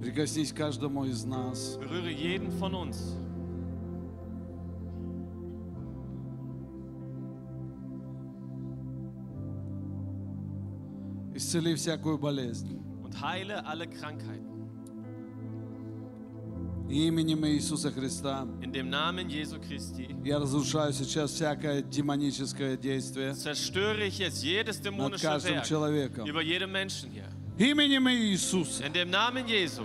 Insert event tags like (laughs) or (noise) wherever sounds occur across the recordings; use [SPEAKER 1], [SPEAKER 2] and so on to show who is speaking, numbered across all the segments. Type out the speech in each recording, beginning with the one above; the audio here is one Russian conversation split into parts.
[SPEAKER 1] Прикоснись к каждому из нас.
[SPEAKER 2] Berühre jeden von uns.
[SPEAKER 1] Исцели всякую болезнь.
[SPEAKER 2] und heile alle Krankheiten.
[SPEAKER 1] Именем Иисуса Христа
[SPEAKER 2] In dem Namen Jesu Christi
[SPEAKER 1] я разрушаю сейчас всякое демоническое действие
[SPEAKER 2] zerstöre ich jetzt jedes
[SPEAKER 1] над
[SPEAKER 2] dämonische
[SPEAKER 1] каждым
[SPEAKER 2] Werk
[SPEAKER 1] человеком.
[SPEAKER 2] über jedem Menschen hier.
[SPEAKER 1] Именем Иисуса
[SPEAKER 2] In dem Namen Jesu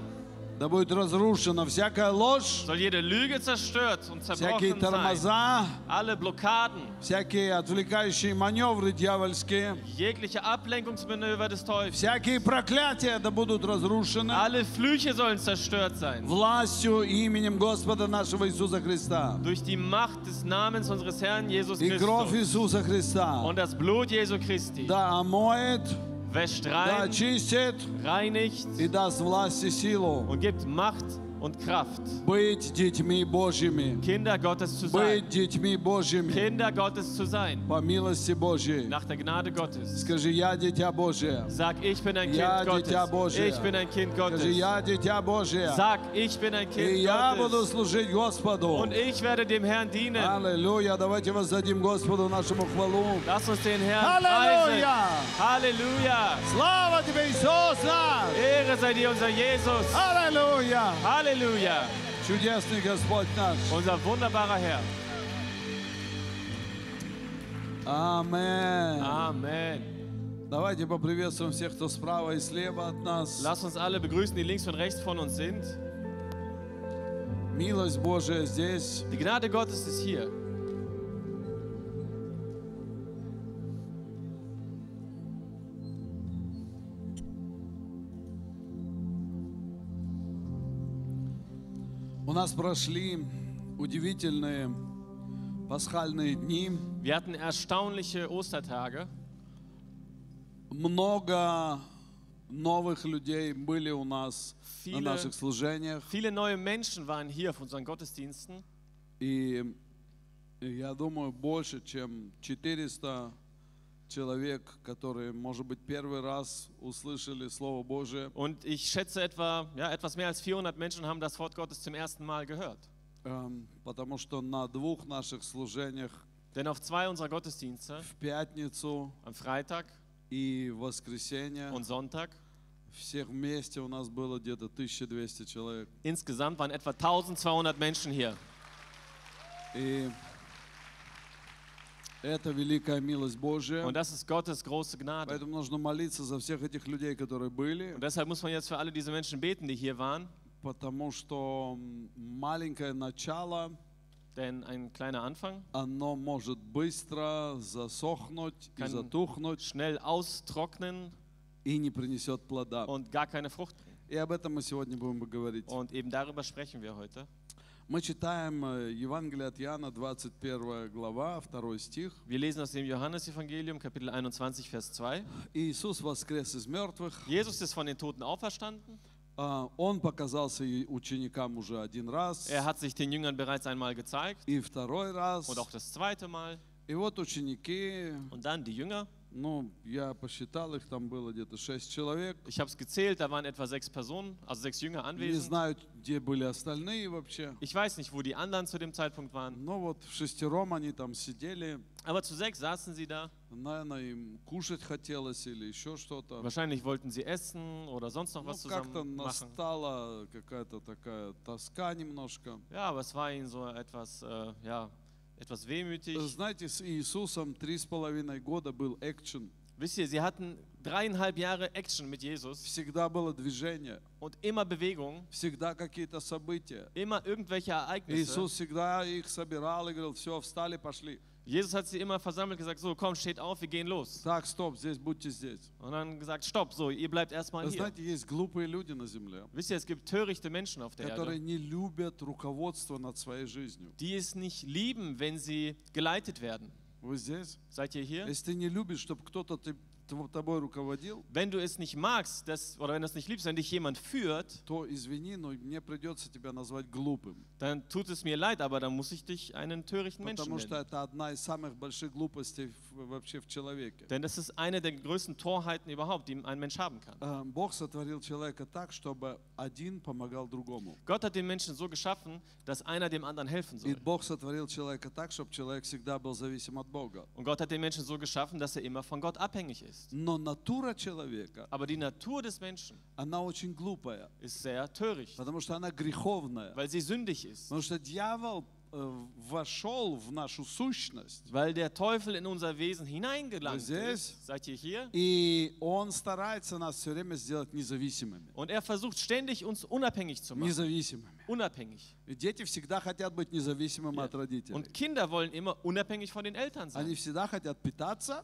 [SPEAKER 1] да будет разрушена всякая ложь,
[SPEAKER 2] soll jede Lüge zerstört und
[SPEAKER 1] всякие
[SPEAKER 2] zerbrochen sein.
[SPEAKER 1] тормоза,
[SPEAKER 2] Alle Blockaden,
[SPEAKER 1] всякие отвлекающие маневры дьявольские,
[SPEAKER 2] jegliche Ablenkungsmanöver des Teufels,
[SPEAKER 1] всякие проклятия да будут разрушены
[SPEAKER 2] alle Flüche sollen zerstört sein.
[SPEAKER 1] властью и именем Господа нашего Иисуса Христа.
[SPEAKER 2] Durch die Macht des Namens unseres Herrn Jesus
[SPEAKER 1] И кровь
[SPEAKER 2] Christus
[SPEAKER 1] Иисуса Христа
[SPEAKER 2] und das Blut Jesu Christi
[SPEAKER 1] да омоет,
[SPEAKER 2] wäscht
[SPEAKER 1] да
[SPEAKER 2] rein,
[SPEAKER 1] очистит
[SPEAKER 2] reinigt
[SPEAKER 1] и даст власти силу
[SPEAKER 2] und gibt Macht und Kraft,
[SPEAKER 1] быть детьми Божьими.
[SPEAKER 2] Kinder Gottes zu sein.
[SPEAKER 1] Быть детьми Божьими
[SPEAKER 2] Kinder Gottes zu sein,
[SPEAKER 1] по милости Божьей.
[SPEAKER 2] nach der Gnade Gottes.
[SPEAKER 1] Скажи, я дитя Божие.
[SPEAKER 2] Sag, ich bin ein
[SPEAKER 1] Ja,
[SPEAKER 2] Kind
[SPEAKER 1] Дитя
[SPEAKER 2] Gottes.
[SPEAKER 1] Божие.
[SPEAKER 2] Ich bin ein Kind
[SPEAKER 1] Скажи,
[SPEAKER 2] Gottes.
[SPEAKER 1] я дитя Божие.
[SPEAKER 2] Sag, ich bin ein
[SPEAKER 1] И
[SPEAKER 2] Kind
[SPEAKER 1] я буду
[SPEAKER 2] Gottes.
[SPEAKER 1] служить Господу.
[SPEAKER 2] Und ich werde dem Herrn dienen.
[SPEAKER 1] Аллилуйя. Давайте воздадим Господу нашему хвалу.
[SPEAKER 2] Lass uns den Herrn preisen.
[SPEAKER 1] Аллилуйя.
[SPEAKER 2] Halleluja.
[SPEAKER 1] Слава тебе, Иисус наш.
[SPEAKER 2] Ehre sei dir, unser Jesus.
[SPEAKER 1] Аллилуйя.
[SPEAKER 2] Halleluja.
[SPEAKER 1] Чудесный Господь наш.
[SPEAKER 2] Unser wunderbarer Herr.
[SPEAKER 1] Аминь.
[SPEAKER 2] Amen.
[SPEAKER 1] Давайте поприветствуем всех, кто справа и слева от нас.
[SPEAKER 2] Lass uns alle begrüßen, die links und rechts von uns sind.
[SPEAKER 1] Милость Божия здесь.
[SPEAKER 2] Die Gnade Gottes ist hier.
[SPEAKER 1] У нас прошли удивительные пасхальные дни.
[SPEAKER 2] Wir hatten erstaunliche Ostertage.
[SPEAKER 1] Много новых людей были у нас на
[SPEAKER 2] Viele-
[SPEAKER 1] наших служениях.
[SPEAKER 2] Viele neue Menschen waren hier auf unseren Gottesdiensten.
[SPEAKER 1] И я думаю, больше, чем 400 человек, которые, может быть, первый раз услышали Слово Божие,
[SPEAKER 2] Und ich schätze etwa, ja, etwas mehr als 400 Menschen haben das Wort Gottes zum ersten Mal gehört.
[SPEAKER 1] эм, потому что на двух наших служениях
[SPEAKER 2] Denn auf zwei unserer Gottesdienste,
[SPEAKER 1] в пятницу
[SPEAKER 2] am Freitag
[SPEAKER 1] и в воскресенье
[SPEAKER 2] und Sonntag,
[SPEAKER 1] всех вместе у нас было где-то 1200 человек.
[SPEAKER 2] insgesamt waren etwa 1200 Menschen hier.
[SPEAKER 1] И это великая милость Божия.
[SPEAKER 2] Und das ist Gottes große Gnade.
[SPEAKER 1] Поэтому нужно молиться за всех этих людей, которые были,
[SPEAKER 2] Und deshalb muss man jetzt für alle diese Menschen beten, die hier waren.
[SPEAKER 1] потому что м, маленькое начало
[SPEAKER 2] Denn ein kleiner Anfang,
[SPEAKER 1] оно может быстро засохнуть и
[SPEAKER 2] Kann-
[SPEAKER 1] затухнуть
[SPEAKER 2] schnell austrocknen
[SPEAKER 1] и не принесет плода.
[SPEAKER 2] und gar keine Frucht bringen.
[SPEAKER 1] И об этом мы сегодня будем говорить.
[SPEAKER 2] Und eben darüber sprechen wir heute.
[SPEAKER 1] Мы читаем э, Евангелие от Иоанна, 21 глава, 2 стих.
[SPEAKER 2] Wir lesen aus dem Johannesevangelium, Kapitel 21, Vers 2.
[SPEAKER 1] Иисус воскрес из мертвых.
[SPEAKER 2] Jesus ist von den Toten auferstanden.
[SPEAKER 1] А, Он показался и ученикам уже один раз
[SPEAKER 2] Er hat sich den Jüngern bereits einmal gezeigt
[SPEAKER 1] и второй раз.
[SPEAKER 2] und auch das zweite Mal.
[SPEAKER 1] И вот ученики,
[SPEAKER 2] Und dann die Jünger.
[SPEAKER 1] ну, я посчитал, их там было где-то шесть человек.
[SPEAKER 2] Ich habe es gezählt, da waren etwa sechs Personen, also sechs Jünger
[SPEAKER 1] Не
[SPEAKER 2] anwesend.
[SPEAKER 1] знаю, где были остальные вообще.
[SPEAKER 2] Ich weiß nicht, wo die anderen zu dem Zeitpunkt waren,
[SPEAKER 1] Но вот в шестером они там сидели.
[SPEAKER 2] aber zu sechs saßen sie da.
[SPEAKER 1] Наверное, им кушать хотелось или еще что-то.
[SPEAKER 2] Wahrscheinlich wollten sie essen oder sonst noch
[SPEAKER 1] Ну,
[SPEAKER 2] was
[SPEAKER 1] как-то
[SPEAKER 2] zusammen machen.
[SPEAKER 1] настала какая-то такая тоска немножко.
[SPEAKER 2] Ja, aber es war ihnen so etwas, äh, ja, etwas wehmütig.
[SPEAKER 1] Знаете, с Иисусом три с половиной года был экшен.
[SPEAKER 2] Wisst ihr, sie hatten dreieinhalb Jahre Action mit Jesus
[SPEAKER 1] Всегда было движение,
[SPEAKER 2] und immer Bewegung,
[SPEAKER 1] всегда какие-то события.
[SPEAKER 2] immer irgendwelche Ereignisse.
[SPEAKER 1] Иисус всегда их собирал и говорил, все, встали, пошли.
[SPEAKER 2] Jesus hat sie immer versammelt gesagt, so komm, steht auf, wir gehen los.
[SPEAKER 1] Так, стоп, здесь будьте здесь.
[SPEAKER 2] Und dann gesagt, stopp, so, ihr bleibt erstmal hier.
[SPEAKER 1] Знаете, есть глупые люди на земле,
[SPEAKER 2] Wisst ihr, es gibt törichte Menschen auf der
[SPEAKER 1] которые
[SPEAKER 2] Erde,
[SPEAKER 1] не любят руководство над своей жизнью.
[SPEAKER 2] die es nicht lieben, wenn sie geleitet werden.
[SPEAKER 1] Вы здесь?
[SPEAKER 2] Seid ihr hier?
[SPEAKER 1] Если ты не любишь, чтобы кто-то ты- тв- тобой руководил,
[SPEAKER 2] Wenn du es nicht magst, dass, oder wenn du es nicht liebst, wenn dich jemand führt,
[SPEAKER 1] то извини, но мне придется тебя назвать глупым.
[SPEAKER 2] dann tut es mir leid, aber dann muss ich dich einen törichten Menschen
[SPEAKER 1] Потому что
[SPEAKER 2] nennen.
[SPEAKER 1] это одна из самых больших глупостей в- вообще в человеке.
[SPEAKER 2] Denn das ist eine der größten Torheiten überhaupt, die ein Mensch haben kann.
[SPEAKER 1] Э, Бог сотворил человека так, чтобы один помогал другому.
[SPEAKER 2] Gott hat den Menschen so geschaffen, dass einer dem anderen helfen
[SPEAKER 1] И
[SPEAKER 2] soll.
[SPEAKER 1] Бог сотворил человека так, чтобы человек всегда был зависим от Бога.
[SPEAKER 2] Und Gott hat den Menschen so geschaffen, dass er immer von Gott abhängig ist.
[SPEAKER 1] Но натура человека,
[SPEAKER 2] Aber die Natur des Menschen
[SPEAKER 1] она очень глупая,
[SPEAKER 2] ist sehr töricht,
[SPEAKER 1] потому что она греховная.
[SPEAKER 2] weil sie sündig ist,
[SPEAKER 1] Потому что дьявол э, вошел в нашу сущность,
[SPEAKER 2] weil der Teufel in unser Wesen hineingelangt
[SPEAKER 1] Moisés.
[SPEAKER 2] ist. Seid ihr hier?
[SPEAKER 1] и он старается нас все время сделать независимыми.
[SPEAKER 2] Und er versucht ständig, uns unabhängig zu machen.
[SPEAKER 1] Независимыми.
[SPEAKER 2] Unabhängig.
[SPEAKER 1] И дети всегда хотят быть независимыми от родителей.
[SPEAKER 2] Und Kinder wollen immer unabhängig von den Eltern
[SPEAKER 1] Они
[SPEAKER 2] sein.
[SPEAKER 1] всегда хотят питаться,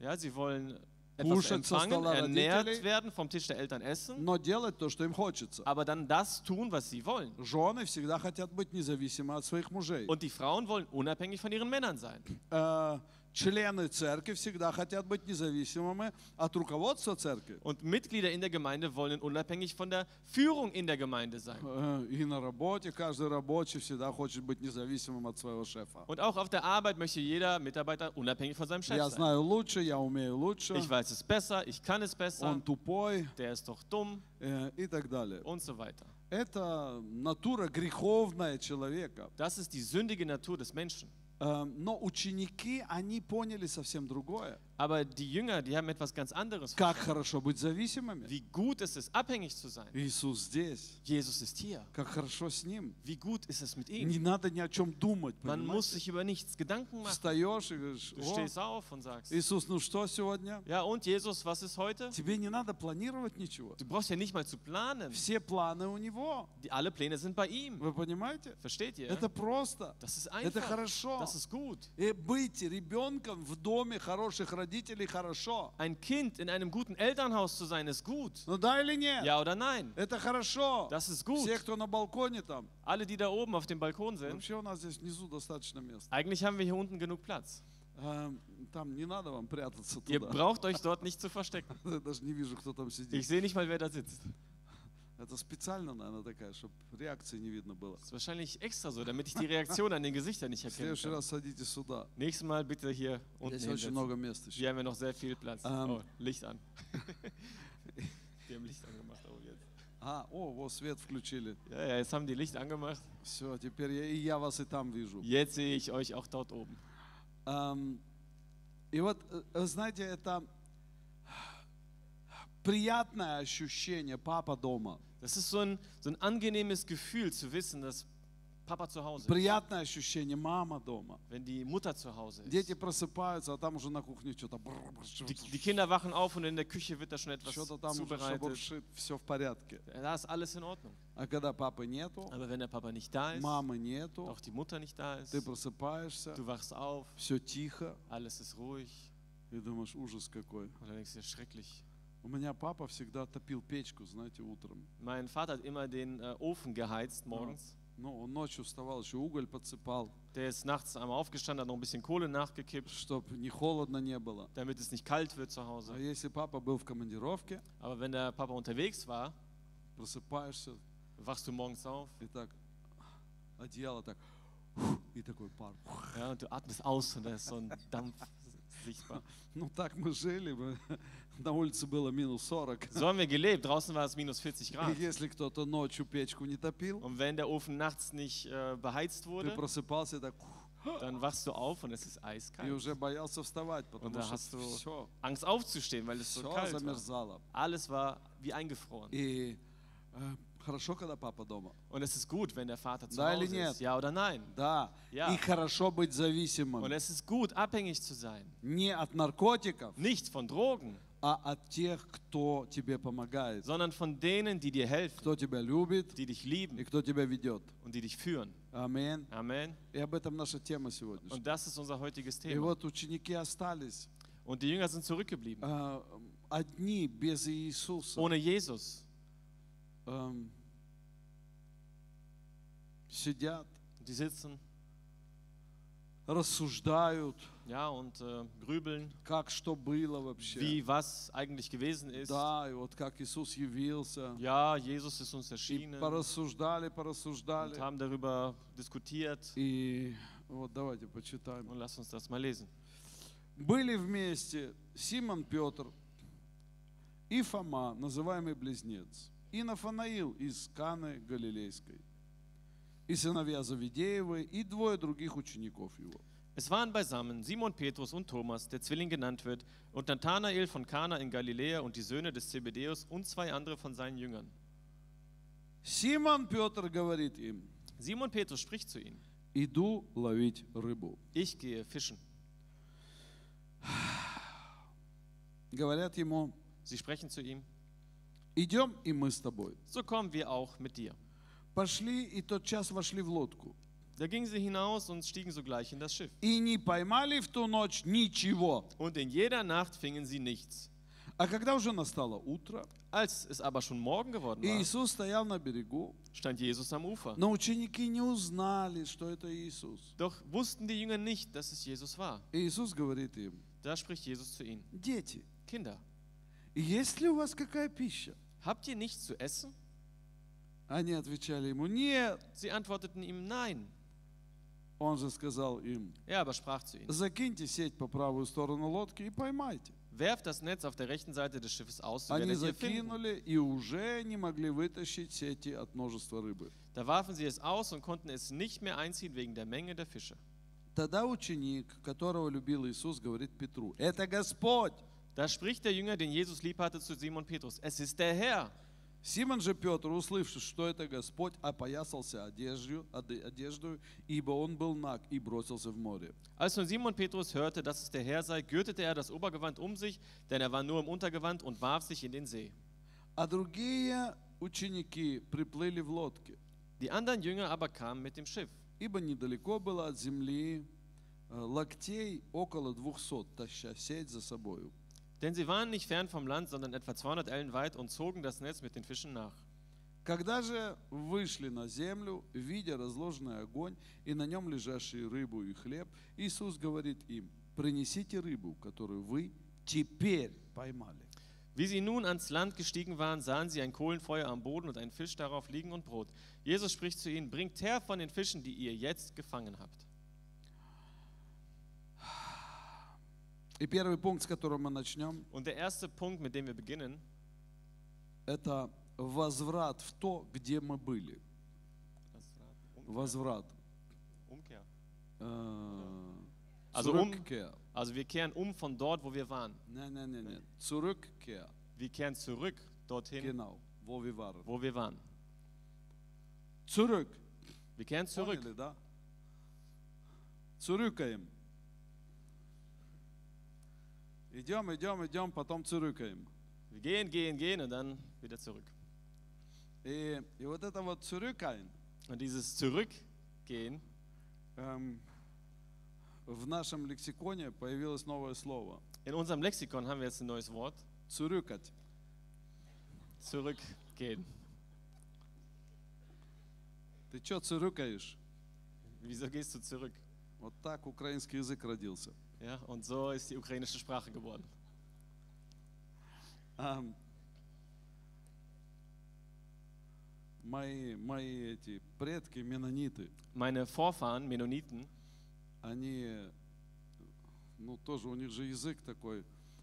[SPEAKER 2] Ja, sie wollen etwas
[SPEAKER 1] Kuscheln
[SPEAKER 2] empfangen,
[SPEAKER 1] zur Stola
[SPEAKER 2] ernährt
[SPEAKER 1] Raditeli.
[SPEAKER 2] werden, vom Tisch der Eltern essen,
[SPEAKER 1] но делать то, что им хочется.
[SPEAKER 2] aber dann das tun, was sie wollen.
[SPEAKER 1] Жены всегда хотят быть независимы от своих мужей.
[SPEAKER 2] Und die Frauen wollen unabhängig von ihren Männern sein.
[SPEAKER 1] Э, Члены церкви всегда хотят быть независимыми от руководства церкви.
[SPEAKER 2] Und Mitglieder in der Gemeinde wollen unabhängig von der Führung in der Gemeinde sein.
[SPEAKER 1] Э, И на работе каждый рабочий всегда хочет быть независимым от своего шефа.
[SPEAKER 2] Und auch auf der Arbeit möchte jeder Mitarbeiter unabhängig von seinem Chef
[SPEAKER 1] Я
[SPEAKER 2] sein.
[SPEAKER 1] знаю лучше, я умею лучше,
[SPEAKER 2] Ich weiß es besser, ich kann es besser,
[SPEAKER 1] он тупой
[SPEAKER 2] der ist doch дуmm
[SPEAKER 1] э, и так далее.
[SPEAKER 2] und so weiter.
[SPEAKER 1] Это натура греховная человека.
[SPEAKER 2] Das ist die sündige Natur des Menschen.
[SPEAKER 1] Э, Но ученики, они поняли совсem другое.
[SPEAKER 2] Aber die Jünger, die haben etwas ganz anderes.
[SPEAKER 1] Как хорошо быть зависимыми.
[SPEAKER 2] Wie gut ist es, abhängig zu sein?
[SPEAKER 1] Иисус здесь.
[SPEAKER 2] Jesus ist hier.
[SPEAKER 1] Как хорошо с Ним.
[SPEAKER 2] Wie gut ist es mit
[SPEAKER 1] Не
[SPEAKER 2] ihm?
[SPEAKER 1] надо ни о чем думать,
[SPEAKER 2] Man muss
[SPEAKER 1] понимаете?
[SPEAKER 2] sich über nichts Gedanken machen.
[SPEAKER 1] Встаешь и говоришь,
[SPEAKER 2] Du
[SPEAKER 1] «О,
[SPEAKER 2] stehst auf und sagst,
[SPEAKER 1] Иисус, ну что сегодня?
[SPEAKER 2] ja und Jesus, was ist heute?
[SPEAKER 1] Тебе не надо планировать ничего.
[SPEAKER 2] Du brauchst ja nicht mal zu planen.
[SPEAKER 1] Все планы у Него.
[SPEAKER 2] Die, alle Pläne sind bei ihm.
[SPEAKER 1] Вы понимаете?
[SPEAKER 2] Versteht ihr?
[SPEAKER 1] Это просто.
[SPEAKER 2] Das ist
[SPEAKER 1] Это
[SPEAKER 2] einfach.
[SPEAKER 1] хорошо.
[SPEAKER 2] Das ist gut.
[SPEAKER 1] И быть ребенком в доме хороших родителей хорошо.
[SPEAKER 2] Ein Kind in einem guten Elternhaus zu sein, ist gut.
[SPEAKER 1] Ну да или нет?
[SPEAKER 2] Ja oder nein?
[SPEAKER 1] Это хорошо.
[SPEAKER 2] Das ist gut.
[SPEAKER 1] Все, кто на балконе там.
[SPEAKER 2] Alle, die da oben auf dem Balkon sind,
[SPEAKER 1] Вообще у нас здесь внизу достаточно места.
[SPEAKER 2] eigentlich haben wir hier unten genug Platz.
[SPEAKER 1] Эм, Там не надо вам прятаться
[SPEAKER 2] Ihr
[SPEAKER 1] туда.
[SPEAKER 2] braucht euch dort nicht zu verstecken.
[SPEAKER 1] (laughs) Я даже не вижу, кто там
[SPEAKER 2] Ich
[SPEAKER 1] сидит.
[SPEAKER 2] sehe nicht mal, wer da sitzt.
[SPEAKER 1] Это специально, наверное, такая, чтобы реакции не видно было.
[SPEAKER 2] Das ist wahrscheinlich extra so, damit ich die Reaktion an den Gesichtern nicht
[SPEAKER 1] В
[SPEAKER 2] erkenne.
[SPEAKER 1] следующий раз садитесь сюда.
[SPEAKER 2] Nächstes Mal bitte hier unten
[SPEAKER 1] Здесь очень
[SPEAKER 2] hinsetzen.
[SPEAKER 1] много мест еще.
[SPEAKER 2] Hier haben wir noch sehr viel Platz.
[SPEAKER 1] Ähm.
[SPEAKER 2] Oh, Licht an. (laughs) Die haben Licht angemacht. Oh, jetzt.
[SPEAKER 1] А, о, во, свет включили.
[SPEAKER 2] Ja, ja, jetzt haben die Licht angemacht.
[SPEAKER 1] Все, теперь я, и я вас и там вижу.
[SPEAKER 2] Jetzt sehe ich euch auch dort oben.
[SPEAKER 1] Ам, и вот, э, э, знаете, это приятное ощущение папа дома.
[SPEAKER 2] Das ist so ein, so ein angenehmes Gefühl zu wissen, dass Papa zu Hause ist,
[SPEAKER 1] Приятное ощущение мама дома.
[SPEAKER 2] wenn die Mutter zu Hause
[SPEAKER 1] Дети
[SPEAKER 2] ist.
[SPEAKER 1] просыпаются, а там уже на кухне что-то
[SPEAKER 2] Die, die Kinder wachen auf und in der Küche wird da schon etwas
[SPEAKER 1] что-то там уже,
[SPEAKER 2] zubereitet.
[SPEAKER 1] все в порядке.
[SPEAKER 2] Da ist alles in Ordnung.
[SPEAKER 1] А когда папы нету,
[SPEAKER 2] Aber wenn der Papa nicht da ist,
[SPEAKER 1] мамы нету,
[SPEAKER 2] auch die Mutter nicht da ist,
[SPEAKER 1] ты просыпаешься,
[SPEAKER 2] du wachst auf,
[SPEAKER 1] все тихо,
[SPEAKER 2] alles ist ruhig
[SPEAKER 1] и думаешь, ужас какой.
[SPEAKER 2] und dann denkst du dir, schrecklich.
[SPEAKER 1] У меня папа всегда топил печку, знаете, утром.
[SPEAKER 2] Mein Vater hat immer den äh, Ofen geheizt morgens.
[SPEAKER 1] Ну, он ночью вставал, еще уголь подсыпал,
[SPEAKER 2] Der ist nachts einmal aufgestanden, hat noch ein bisschen Kohle nachgekippt,
[SPEAKER 1] чтобы не холодно не было.
[SPEAKER 2] damit es nicht kalt wird zu
[SPEAKER 1] А
[SPEAKER 2] Hause.
[SPEAKER 1] если папа был в командировке,
[SPEAKER 2] Aber wenn der Papa unterwegs war,
[SPEAKER 1] просыпаешься
[SPEAKER 2] wachst du morgens auf
[SPEAKER 1] и так одеяло так фу, и такой пар. Фу.
[SPEAKER 2] ja, und du atmest aus und da ist so ein Dampf sichtbar.
[SPEAKER 1] Ну так мы жили, мы- (laughs) на улице было минус 40.
[SPEAKER 2] So haben wir gelebt. Draußen war es minus 40
[SPEAKER 1] И
[SPEAKER 2] Grad.
[SPEAKER 1] если кто-то ночью печку не топил,
[SPEAKER 2] Und wenn der Ofen nachts nicht äh, beheizt
[SPEAKER 1] ты
[SPEAKER 2] wurde,
[SPEAKER 1] просыпался и так фу,
[SPEAKER 2] dann wachst du auf und es ist
[SPEAKER 1] и
[SPEAKER 2] eiskalt.
[SPEAKER 1] уже боялся вставать, потому
[SPEAKER 2] да,
[SPEAKER 1] что
[SPEAKER 2] hast du-
[SPEAKER 1] все,
[SPEAKER 2] Angst aufzustehen, weil es so
[SPEAKER 1] все
[SPEAKER 2] kalt war.
[SPEAKER 1] замерзало.
[SPEAKER 2] Alles war wie eingefroren.
[SPEAKER 1] И э, хорошо, когда папа дома.
[SPEAKER 2] Und es ist gut, wenn der Vater zu
[SPEAKER 1] Да или
[SPEAKER 2] Hause
[SPEAKER 1] нет?
[SPEAKER 2] ist. Ja oder nein?
[SPEAKER 1] Да.
[SPEAKER 2] Ja.
[SPEAKER 1] И хорошо быть зависимым.
[SPEAKER 2] Und es ist gut, abhängig zu sein.
[SPEAKER 1] не от наркотиков,
[SPEAKER 2] Nicht von Drogen,
[SPEAKER 1] а от тех, кто тебе помогает,
[SPEAKER 2] sondern von denen, die dir helfen,
[SPEAKER 1] кто тебя любит
[SPEAKER 2] die dich
[SPEAKER 1] и
[SPEAKER 2] lieben
[SPEAKER 1] кто тебя ведет.
[SPEAKER 2] und die dich führen.
[SPEAKER 1] Аминь.
[SPEAKER 2] Amen.
[SPEAKER 1] И об этом наша тема сегодня.
[SPEAKER 2] Und das ist unser heutiges
[SPEAKER 1] И
[SPEAKER 2] Thema.
[SPEAKER 1] вот ученики остались
[SPEAKER 2] Und die Jünger sind zurückgeblieben.
[SPEAKER 1] э, одни без Иисуса.
[SPEAKER 2] Ohne Jesus.
[SPEAKER 1] Эм, сидят,
[SPEAKER 2] Die sitzen,
[SPEAKER 1] рассуждают,
[SPEAKER 2] ja, und äh, grübeln,
[SPEAKER 1] как что было вообще.
[SPEAKER 2] wie was eigentlich gewesen ist.
[SPEAKER 1] Да, и вот как Иисус явился.
[SPEAKER 2] Ja, Jesus ist uns
[SPEAKER 1] И
[SPEAKER 2] erschienen und
[SPEAKER 1] порассуждали, порассуждали.
[SPEAKER 2] haben darüber diskutiert.
[SPEAKER 1] И вот давайте почитаем.
[SPEAKER 2] Und lass uns das mal lesen.
[SPEAKER 1] Были вместе Симон Петр и Фома, называемый Близнец, и Нафанаил из Каны Галилейской, и сыновья Завидеевы, и двое других учеников его.
[SPEAKER 2] Es waren beisammen Simon Petrus und Thomas, der Zwilling genannt wird, und Nathanael von Kana in Galiläa und die Söhne des Zebedäus und zwei andere von seinen Jüngern.
[SPEAKER 1] Симон Петр говорит им,
[SPEAKER 2] Simon Petrus spricht zu ihnen:
[SPEAKER 1] иду ловить рыбу.
[SPEAKER 2] Ich gehe fischen.
[SPEAKER 1] Говорят ему,
[SPEAKER 2] Sie sprechen zu ihm:
[SPEAKER 1] идем и мы с тобой.
[SPEAKER 2] So kommen wir auch mit dir.
[SPEAKER 1] Пошли и тот час вошли в лодку.
[SPEAKER 2] Da gingen sie hinaus und stiegen sogleich in das Schiff.
[SPEAKER 1] И не поймали в ту ночь ничего.
[SPEAKER 2] Und in jeder Nacht fingen sie nichts.
[SPEAKER 1] А когда уже настало утро,
[SPEAKER 2] Als es aber schon Morgen geworden
[SPEAKER 1] и
[SPEAKER 2] war,
[SPEAKER 1] Иисус стоял на берегу,
[SPEAKER 2] stand Jesus am Ufer.
[SPEAKER 1] Но ученики не узнали, что это Иисус.
[SPEAKER 2] Doch wussten die Jünger nicht, dass es Jesus war.
[SPEAKER 1] И Иисус говорит им,
[SPEAKER 2] Da spricht Jesus zu ihnen:
[SPEAKER 1] дети,
[SPEAKER 2] Kinder,
[SPEAKER 1] есть ли у вас какая пища?
[SPEAKER 2] habt ihr nichts zu essen?
[SPEAKER 1] Они отвечали ему, нет.
[SPEAKER 2] Sie antworteten ihm: Nein.
[SPEAKER 1] Он же сказал им,
[SPEAKER 2] Er aber sprach zu ihnen:
[SPEAKER 1] закиньте сеть по правую сторону лодки и поймайте.
[SPEAKER 2] Werft das Netz auf der rechten Seite des Schiffes aus, so
[SPEAKER 1] Они
[SPEAKER 2] werdet ihr finden.
[SPEAKER 1] закинули и уже не могли вытащить сети от множества рыбы.
[SPEAKER 2] Da warfen sie es aus und konnten es nicht mehr einziehen wegen der Menge der Fische.
[SPEAKER 1] Тогда ученик, которого любил Иисус, говорит Петру, это Господь.
[SPEAKER 2] Da spricht der Jünger, den Jesus lieb hatte, zu Simon Petrus: Es ist der Herr.
[SPEAKER 1] Симон же Петр, услышав, что это Господь, опоясался одеждою, оде- одеждою, ибо он был наг, и бросился в море.
[SPEAKER 2] Als nun Simon Petrus hörte, dass es der Herr sei, gürtete er das Obergewand um sich, denn er war nur im Untergewand und warf sich in den See.
[SPEAKER 1] А другие ученики приплыли в лодке,
[SPEAKER 2] Die anderen Jünger aber kamen mit dem Schiff,
[SPEAKER 1] ибо недалеко было от земли э, локтей около двухсот, таща сеть за собою.
[SPEAKER 2] denn sie waren nicht fern vom Land, sondern etwa 200 Ellen weit und zogen das Netz mit den Fischen nach.
[SPEAKER 1] Когда же вышли на землю, видя разложенный огонь и на нем лежащие рыбу и хлеб, Иисус говорит им, принесите рыбу, которую вы теперь поймали.
[SPEAKER 2] Wie sie nun ans Land gestiegen waren, sahen sie ein Kohlenfeuer am Boden und einen Fisch darauf liegen und Brot. Jesus spricht zu ihnen: Bringt her von den Fischen, die ihr jetzt gefangen habt.
[SPEAKER 1] И первый пункт, с которого мы начнем,
[SPEAKER 2] Und der erste Punkt, mit dem wir beginnen,
[SPEAKER 1] это возврат в то, где мы были. Возврат.
[SPEAKER 2] Um-, Umkehr.
[SPEAKER 1] Э,
[SPEAKER 2] Also um-
[SPEAKER 1] zurückkehr.
[SPEAKER 2] Also wir kehren um von dort, wo wir waren.
[SPEAKER 1] Не, не, не, не. Zurückkehr.
[SPEAKER 2] Wir kehren zurück dorthin,
[SPEAKER 1] Genau. Wo wir waren.
[SPEAKER 2] wo wir waren.
[SPEAKER 1] Zurück.
[SPEAKER 2] Wir kehren zurück.
[SPEAKER 1] Поняли, да? Цурюкаем. Идем, идем, идем, потом цурюкаем.
[SPEAKER 2] Wir gehen, gehen, gehen und dann wieder zurück.
[SPEAKER 1] И, и вот это вот цурюкаем
[SPEAKER 2] Und dieses Zurückgehen,
[SPEAKER 1] эм, в нашем лексиконе появилось новое слово.
[SPEAKER 2] in unserem Lexikon haben wir jetzt ein neues Wort.
[SPEAKER 1] Цурюкать.
[SPEAKER 2] Zurückgehen.
[SPEAKER 1] Ты что цурюкаешь?
[SPEAKER 2] Wieso gehst du zurück?
[SPEAKER 1] Вот так украинский язык родился.
[SPEAKER 2] Ja, und so ist die ukrainische Sprache geworden.
[SPEAKER 1] Ам, мои, мои эти предки, менониты,
[SPEAKER 2] Meine Vorfahren, Mennoniten,
[SPEAKER 1] они, ну тоже у них же язык такой,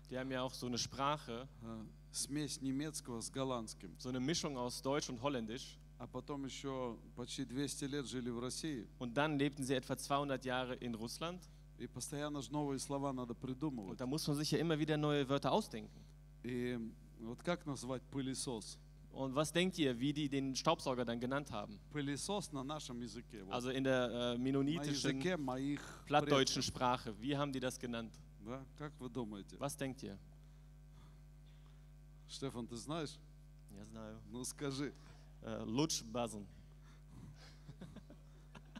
[SPEAKER 2] die haben ja auch so eine Sprache,
[SPEAKER 1] э, смесь немецкого с голландским.
[SPEAKER 2] so eine Mischung aus Deutsch und Holländisch.
[SPEAKER 1] А потом еще почти 200 лет жили в России,
[SPEAKER 2] Und dann lebten sie etwa 200 Jahre in Russland.
[SPEAKER 1] и постоянно же новые слова надо придумывать.
[SPEAKER 2] Und da muss man sich ja immer wieder neue Wörter ausdenken.
[SPEAKER 1] И вот как назвать пылесос?
[SPEAKER 2] Und was denkt ihr, wie die den Staubsauger dann genannt haben?
[SPEAKER 1] Pылесос на нашем языке. вот.
[SPEAKER 2] Also in der äh,
[SPEAKER 1] на
[SPEAKER 2] mennonitischen,
[SPEAKER 1] языке моих предков.
[SPEAKER 2] plattdeutschen Sprache. Wie haben die das genannt?
[SPEAKER 1] Да? Как вы думаете?
[SPEAKER 2] Was denkt ihr?
[SPEAKER 1] Штефан, ты знаешь?
[SPEAKER 2] Я знаю.
[SPEAKER 1] Ну скажи.
[SPEAKER 2] Äh, Lutschbasen.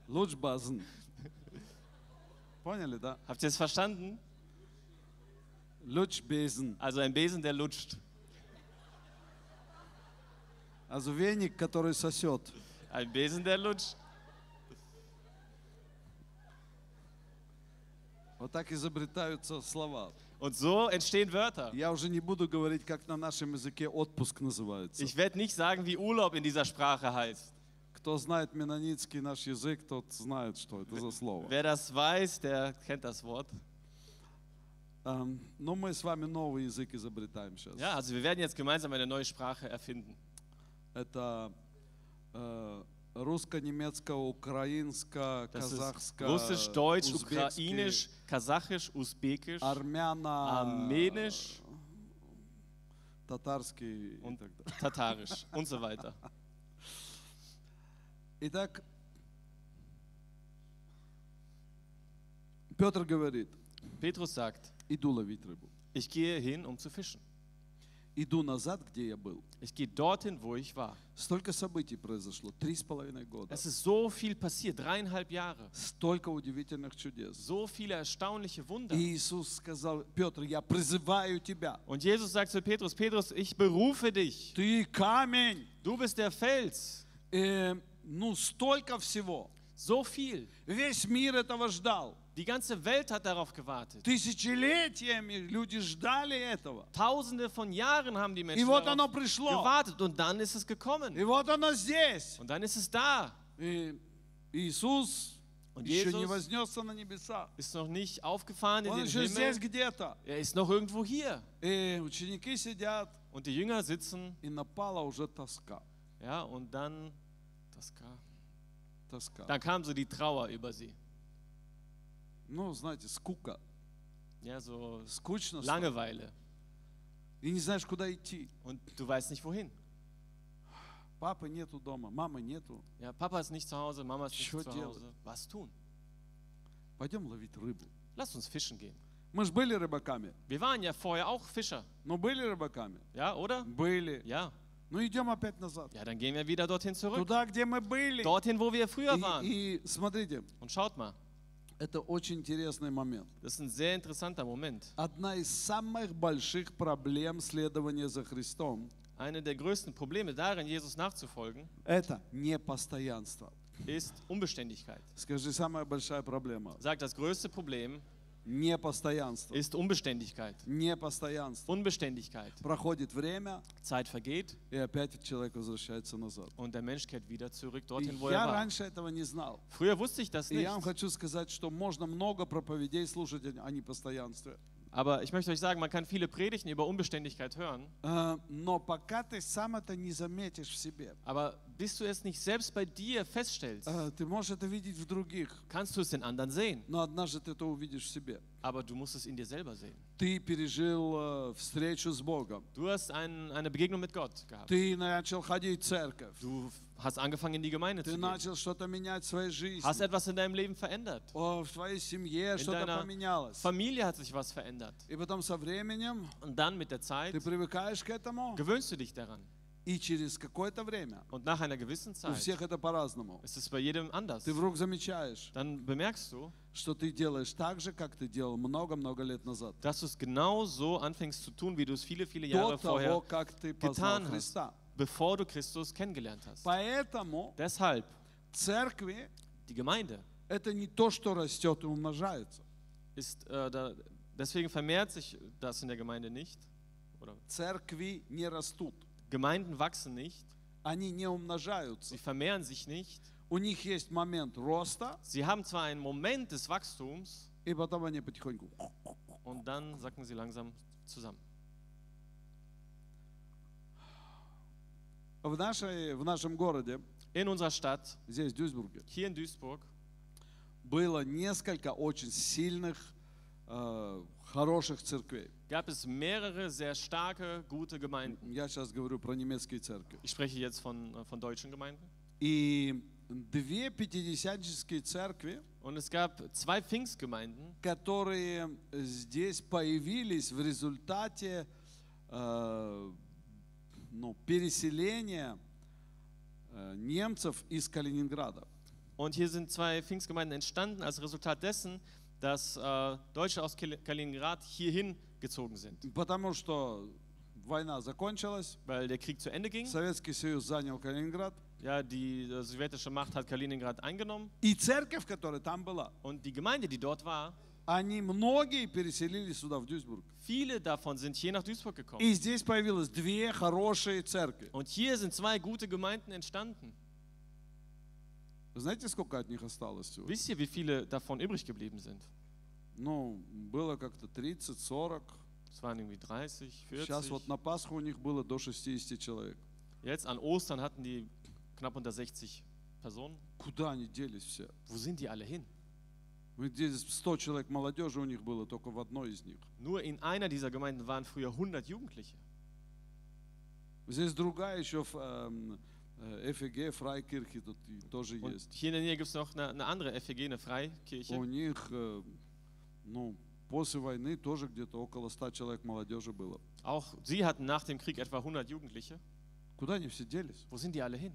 [SPEAKER 1] Лучбазн. Поняли, да?
[SPEAKER 2] Habt ihr es verstanden?
[SPEAKER 1] Лучбезн.
[SPEAKER 2] Also ein Besen, der lutscht.
[SPEAKER 1] Also веник, который сосет.
[SPEAKER 2] Ein Besen, der lutscht.
[SPEAKER 1] Вот так изобретаются слова.
[SPEAKER 2] Und so entstehen Wörter.
[SPEAKER 1] Я уже не буду говорить, как на нашем языке отпуск называется.
[SPEAKER 2] Ich werde nicht sagen, wie Urlaub in dieser Sprache heißt.
[SPEAKER 1] Кто знает менонитский наш язык, тот знает, что это за слово.
[SPEAKER 2] Wer das weiß, der kennt das Wort.
[SPEAKER 1] Эм, Но мы с вами новый язык изобретаем сейчас.
[SPEAKER 2] Ja, also wir werden jetzt gemeinsam eine neue Sprache erfinden.
[SPEAKER 1] Это э, русско-немецко-украинско,
[SPEAKER 2] Das ist
[SPEAKER 1] казахско,
[SPEAKER 2] Russisch, Deutsch,
[SPEAKER 1] узбекский,
[SPEAKER 2] Ukrainisch, Kasachisch, Usbekisch,
[SPEAKER 1] армяно,
[SPEAKER 2] Armenisch
[SPEAKER 1] татарский и
[SPEAKER 2] und
[SPEAKER 1] так далее.
[SPEAKER 2] Tatarisch und so weiter.
[SPEAKER 1] Итак, Петр говорит,
[SPEAKER 2] Petrus sagt,
[SPEAKER 1] иду ловить рыбу.
[SPEAKER 2] ich gehe hin, um zu fischen.
[SPEAKER 1] Иду назад, где я был.
[SPEAKER 2] Ich gehe dorthin, wo ich war.
[SPEAKER 1] Столько событий произошло, три с половиной года.
[SPEAKER 2] Es ist so viel passiert, dreieinhalb Jahre.
[SPEAKER 1] Столько удивительных чудес.
[SPEAKER 2] So viele erstaunliche Wunder.
[SPEAKER 1] И Иисус сказал, Петр, я призываю тебя.
[SPEAKER 2] Und Jesus sagt zu Petrus, Petrus, ich berufe dich.
[SPEAKER 1] Ты камень.
[SPEAKER 2] Du bist der Fels.
[SPEAKER 1] Э, ну, столько всего.
[SPEAKER 2] So viel.
[SPEAKER 1] Весь мир этого ждал.
[SPEAKER 2] Die ganze Welt hat darauf gewartet.
[SPEAKER 1] Тысячелетиями люди ждали этого.
[SPEAKER 2] Tausende von Jahren haben die
[SPEAKER 1] И
[SPEAKER 2] Menschen
[SPEAKER 1] вот оно
[SPEAKER 2] darauf
[SPEAKER 1] пришло.
[SPEAKER 2] gewartet und dann ist es
[SPEAKER 1] И
[SPEAKER 2] gekommen.
[SPEAKER 1] вот оно здесь.
[SPEAKER 2] Und dann ist es da.
[SPEAKER 1] И Иисус
[SPEAKER 2] Und
[SPEAKER 1] еще не
[SPEAKER 2] Jesus
[SPEAKER 1] вознесся на небеса.
[SPEAKER 2] ist noch nicht aufgefahren in
[SPEAKER 1] Он
[SPEAKER 2] den
[SPEAKER 1] еще здесь
[SPEAKER 2] Himmel.
[SPEAKER 1] где-то.
[SPEAKER 2] Er ist noch irgendwo hier.
[SPEAKER 1] И Э, ученики сидят,
[SPEAKER 2] Und die Jünger sitzen,
[SPEAKER 1] и напала уже тоска.
[SPEAKER 2] ja, und dann, das kam,
[SPEAKER 1] Тоска.
[SPEAKER 2] dann kam so die Trauer über sie.
[SPEAKER 1] Ну, знаете, скука.
[SPEAKER 2] Ja, so
[SPEAKER 1] Скучно. стало.
[SPEAKER 2] Langeweile.
[SPEAKER 1] И не знаешь, куда идти.
[SPEAKER 2] Und du weißt nicht wohin.
[SPEAKER 1] Папы нету дома, мамы нету.
[SPEAKER 2] Ja, Papa ist nicht zu Hause, Mama ist nicht
[SPEAKER 1] Sure
[SPEAKER 2] zu
[SPEAKER 1] deal.
[SPEAKER 2] Hause. Was tun?
[SPEAKER 1] Пойдем ловить рыбу.
[SPEAKER 2] Lass uns fischen gehen.
[SPEAKER 1] Мы же были рыбаками.
[SPEAKER 2] Wir waren ja vorher auch Fischer,
[SPEAKER 1] Ну, были рыбаками?
[SPEAKER 2] ja, oder?
[SPEAKER 1] Были.
[SPEAKER 2] Ja.
[SPEAKER 1] Ну, идем опять назад.
[SPEAKER 2] Ja, dann gehen wir wieder dorthin zurück.
[SPEAKER 1] Туда, где мы были.
[SPEAKER 2] Dorthin, wo wir früher waren.
[SPEAKER 1] И, и смотрите,
[SPEAKER 2] Und schaut mal,
[SPEAKER 1] это очень интересный момент.
[SPEAKER 2] das ist ein sehr interessanter Moment.
[SPEAKER 1] Одна из самых больших проблем следования за Христом
[SPEAKER 2] Eine der größten Probleme darin, Jesus nachzufolgen,
[SPEAKER 1] – это непостоянство.
[SPEAKER 2] ist Unbeständigkeit.
[SPEAKER 1] Скажи, самая большая проблема
[SPEAKER 2] Sagt, das größte Problem
[SPEAKER 1] – непостоянство.
[SPEAKER 2] ist Unbeständigkeit.
[SPEAKER 1] Непостоянство.
[SPEAKER 2] Unbeständigkeit.
[SPEAKER 1] Проходит время,
[SPEAKER 2] Zeit vergeht
[SPEAKER 1] и опять человек возвращается назад.
[SPEAKER 2] und der Mensch kehrt wieder zurück
[SPEAKER 1] И
[SPEAKER 2] dorthin, wo er
[SPEAKER 1] я
[SPEAKER 2] war.
[SPEAKER 1] раньше этого не знал.
[SPEAKER 2] Früher wusste ich das
[SPEAKER 1] И
[SPEAKER 2] nicht.
[SPEAKER 1] я вам хочу сказать, что можно много проповедей слушать о о непостоянстве.
[SPEAKER 2] Aber ich möchte euch sagen, man kann viele Predigten über Unbeständigkeit hören,
[SPEAKER 1] Э, Но пока ты сам это не заметишь в себе,
[SPEAKER 2] aber bis du es nicht selbst bei dir feststellst,
[SPEAKER 1] э, ты можешь это видеть в других,
[SPEAKER 2] kannst du es den anderen sehen.
[SPEAKER 1] но однажды ты это увидишь в себе.
[SPEAKER 2] Aber du musst es in dir selber sehen.
[SPEAKER 1] Ты пережил э, встречу с Богом.
[SPEAKER 2] Du hast ein, eine Begegnung mit Gott gehabt.
[SPEAKER 1] Ты начал ходить в церковь.
[SPEAKER 2] Du hast angefangen, in die Gemeinde zu
[SPEAKER 1] Ты
[SPEAKER 2] gehen.
[SPEAKER 1] начал что-то менять в своей жизни.
[SPEAKER 2] Hast etwas in deinem Leben verändert.
[SPEAKER 1] О, в твоей семье
[SPEAKER 2] In
[SPEAKER 1] что-то
[SPEAKER 2] deiner
[SPEAKER 1] поменялось.
[SPEAKER 2] Familie hat sich was verändert.
[SPEAKER 1] И потом со временем
[SPEAKER 2] Und dann mit der Zeit
[SPEAKER 1] ты привыкаешь к этому,
[SPEAKER 2] gewöhnst du dich daran.
[SPEAKER 1] и через какое-то время
[SPEAKER 2] Und nach einer gewissen
[SPEAKER 1] у
[SPEAKER 2] Zeit
[SPEAKER 1] всех это по-разному.
[SPEAKER 2] ist es bei jedem anders.
[SPEAKER 1] Ты вдруг замечаешь,
[SPEAKER 2] Dann bemerkst du,
[SPEAKER 1] что ты делаешь так же, как ты делал много-много лет назад.
[SPEAKER 2] dass du es genau so anfängst zu tun, wie du es viele, viele
[SPEAKER 1] До
[SPEAKER 2] Jahre
[SPEAKER 1] того,
[SPEAKER 2] vorher,
[SPEAKER 1] как ты познал
[SPEAKER 2] getan hast.
[SPEAKER 1] Христа.
[SPEAKER 2] bevor du Christus kennengelernt hast.
[SPEAKER 1] Поэтому
[SPEAKER 2] Deshalb,
[SPEAKER 1] церкви
[SPEAKER 2] die Gemeinde
[SPEAKER 1] это не то, что rастет и умножается.
[SPEAKER 2] ist, äh, da, deswegen vermehrt sich das in der Gemeinde nicht. Oder
[SPEAKER 1] Церкви не растут,
[SPEAKER 2] Gemeinden wachsen nicht,
[SPEAKER 1] они не
[SPEAKER 2] sie
[SPEAKER 1] умножаются.
[SPEAKER 2] vermehren sich nicht.
[SPEAKER 1] У них есть момент роста,
[SPEAKER 2] Sie haben zwar einen Moment des Wachstums
[SPEAKER 1] и потом они потихоньку.
[SPEAKER 2] und dann sacken sie langsam zusammen.
[SPEAKER 1] В, нашей, в нашем городе,
[SPEAKER 2] In unserer Stadt,
[SPEAKER 1] здесь, в Дюйсбурге,
[SPEAKER 2] hier in Duisburg,
[SPEAKER 1] было несколько очень сильных, э, хороших церквей.
[SPEAKER 2] gab es mehrere sehr starke, gute Gemeinden.
[SPEAKER 1] Я сейчас говорю про немецкие церкви.
[SPEAKER 2] Ich spreche jetzt von, äh, von deutschen Gemeinden.
[SPEAKER 1] И две пятидесятнические церкви,
[SPEAKER 2] Und es gab zwei Pfingstgemeinden,
[SPEAKER 1] которые здесь появились в результате э, ну, переселения э, немцев из Калининграда.
[SPEAKER 2] Und hier sind zwei Pfingstgemeinden entstanden als Resultat dessen, dass äh, Deutsche aus Kal- Kaliningrad hierhin gezogen sind.
[SPEAKER 1] Потому что война закончилась,
[SPEAKER 2] Weil der Krieg zu Ende ging,
[SPEAKER 1] Советский Союз занял Калининград,
[SPEAKER 2] ja, die äh, sowjetische Macht hat Kaliningrad eingenommen
[SPEAKER 1] и церковь, которая там была,
[SPEAKER 2] und die Gemeinde, die dort war,
[SPEAKER 1] они многие переселились сюда, в Дюйсбург.
[SPEAKER 2] Viele davon sind hier nach Duisburg gekommen.
[SPEAKER 1] И здесь появилось две хорошие церкви.
[SPEAKER 2] Und hier sind zwei gute Gemeinden entstanden.
[SPEAKER 1] Знаете, сколько от них осталось всего?
[SPEAKER 2] Wisst ihr, wie viele davon übrig geblieben sind?
[SPEAKER 1] Ну, было как-то 30, 40.
[SPEAKER 2] Es waren irgendwie 30,
[SPEAKER 1] Сейчас
[SPEAKER 2] 40.
[SPEAKER 1] вот на Пасху у них было до 60 человек.
[SPEAKER 2] Jetzt an Ostern hatten die knapp unter 60 Personen.
[SPEAKER 1] Куда они делись все?
[SPEAKER 2] Wo sind die alle hin?
[SPEAKER 1] Вот Здесь 100 человек молодежи у них было только в одной из них.
[SPEAKER 2] Nur in einer dieser Gemeinden waren früher 100 Jugendliche.
[SPEAKER 1] Здесь другая еще в эм, э, FEG, Фрайкирхе тут и тоже
[SPEAKER 2] Und
[SPEAKER 1] есть.
[SPEAKER 2] hier in der Nähe gibt es noch eine, eine andere FEG, eine Freikirche.
[SPEAKER 1] У них, э, ну, после войны тоже где-то около 100 человек молодежи было.
[SPEAKER 2] Auch sie hatten nach dem Krieg etwa 100 Jugendliche.
[SPEAKER 1] Куда они все делись?
[SPEAKER 2] Wo sind die alle hin?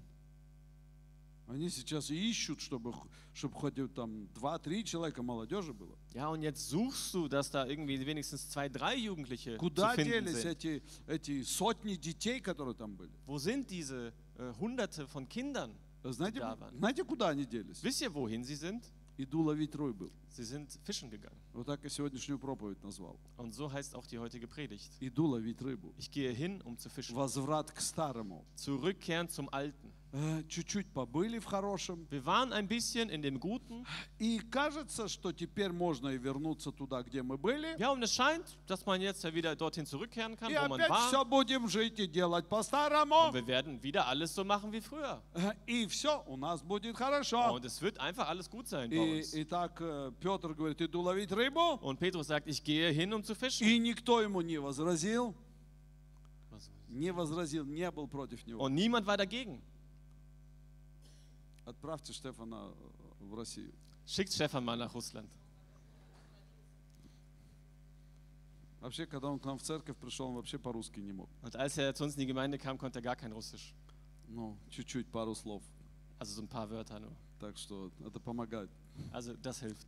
[SPEAKER 1] Они сейчас и ищут, чтобы, х- чтобы хоть и там 2-3 человека молодежи было.
[SPEAKER 2] Ja, und jetzt suchst du, dass da irgendwie wenigstens zwei, drei Jugendliche
[SPEAKER 1] Куда
[SPEAKER 2] zu finden
[SPEAKER 1] делись
[SPEAKER 2] sind.
[SPEAKER 1] эти, эти сотни детей, которые там были?
[SPEAKER 2] Wo sind diese äh, Hunderte von Kindern?
[SPEAKER 1] Знаете,
[SPEAKER 2] Да, Вань.
[SPEAKER 1] знаете, куда они делись?
[SPEAKER 2] Wisst ihr, wohin sie sind?
[SPEAKER 1] Иду ловить рой был.
[SPEAKER 2] Sie sind fischen gegangen.
[SPEAKER 1] Вот так я сегодняшнюю проповедь назвал.
[SPEAKER 2] Und so heißt auch die heutige Predigt.
[SPEAKER 1] Иду ловить рыбу.
[SPEAKER 2] Ich gehe hin, um zu fischen.
[SPEAKER 1] Возврат к старому.
[SPEAKER 2] Zurückkehren zum Alten.
[SPEAKER 1] Э, Чуть-чуть побыли в хорошем.
[SPEAKER 2] Wir waren ein bisschen in dem Guten.
[SPEAKER 1] И кажется, что теперь можно и вернуться туда, где мы были.
[SPEAKER 2] Ja, und es scheint, dass man jetzt ja wieder dorthin zurückkehren kann,
[SPEAKER 1] И
[SPEAKER 2] wo man
[SPEAKER 1] опять все
[SPEAKER 2] war.
[SPEAKER 1] будем жить и делать
[SPEAKER 2] Und
[SPEAKER 1] по-старому.
[SPEAKER 2] wir werden wieder alles so machen wie früher.
[SPEAKER 1] Э, И все у нас будет хорошо.
[SPEAKER 2] Und es wird einfach alles gut sein bei
[SPEAKER 1] И,
[SPEAKER 2] uns.
[SPEAKER 1] и так Петр говорит, иду ловить рыбу.
[SPEAKER 2] Und Petrus sagt, ich gehe hin, um zu fischen.
[SPEAKER 1] И никто ему не возразил. Не возразил, не был против него.
[SPEAKER 2] Und niemand war dagegen.
[SPEAKER 1] Отправьте Штефана э, в Россию.
[SPEAKER 2] Schickt Stefan mal nach Russland.
[SPEAKER 1] Вообще, когда он к нам в церковь пришел, он вообще по-русски не мог.
[SPEAKER 2] Und als er zu uns in die Gemeinde kam, konnte er gar kein Russisch.
[SPEAKER 1] Ну, чуть-чуть, пару слов.
[SPEAKER 2] Also so ein paar Wörter nur.
[SPEAKER 1] Так что это помогает.
[SPEAKER 2] Also das hilft.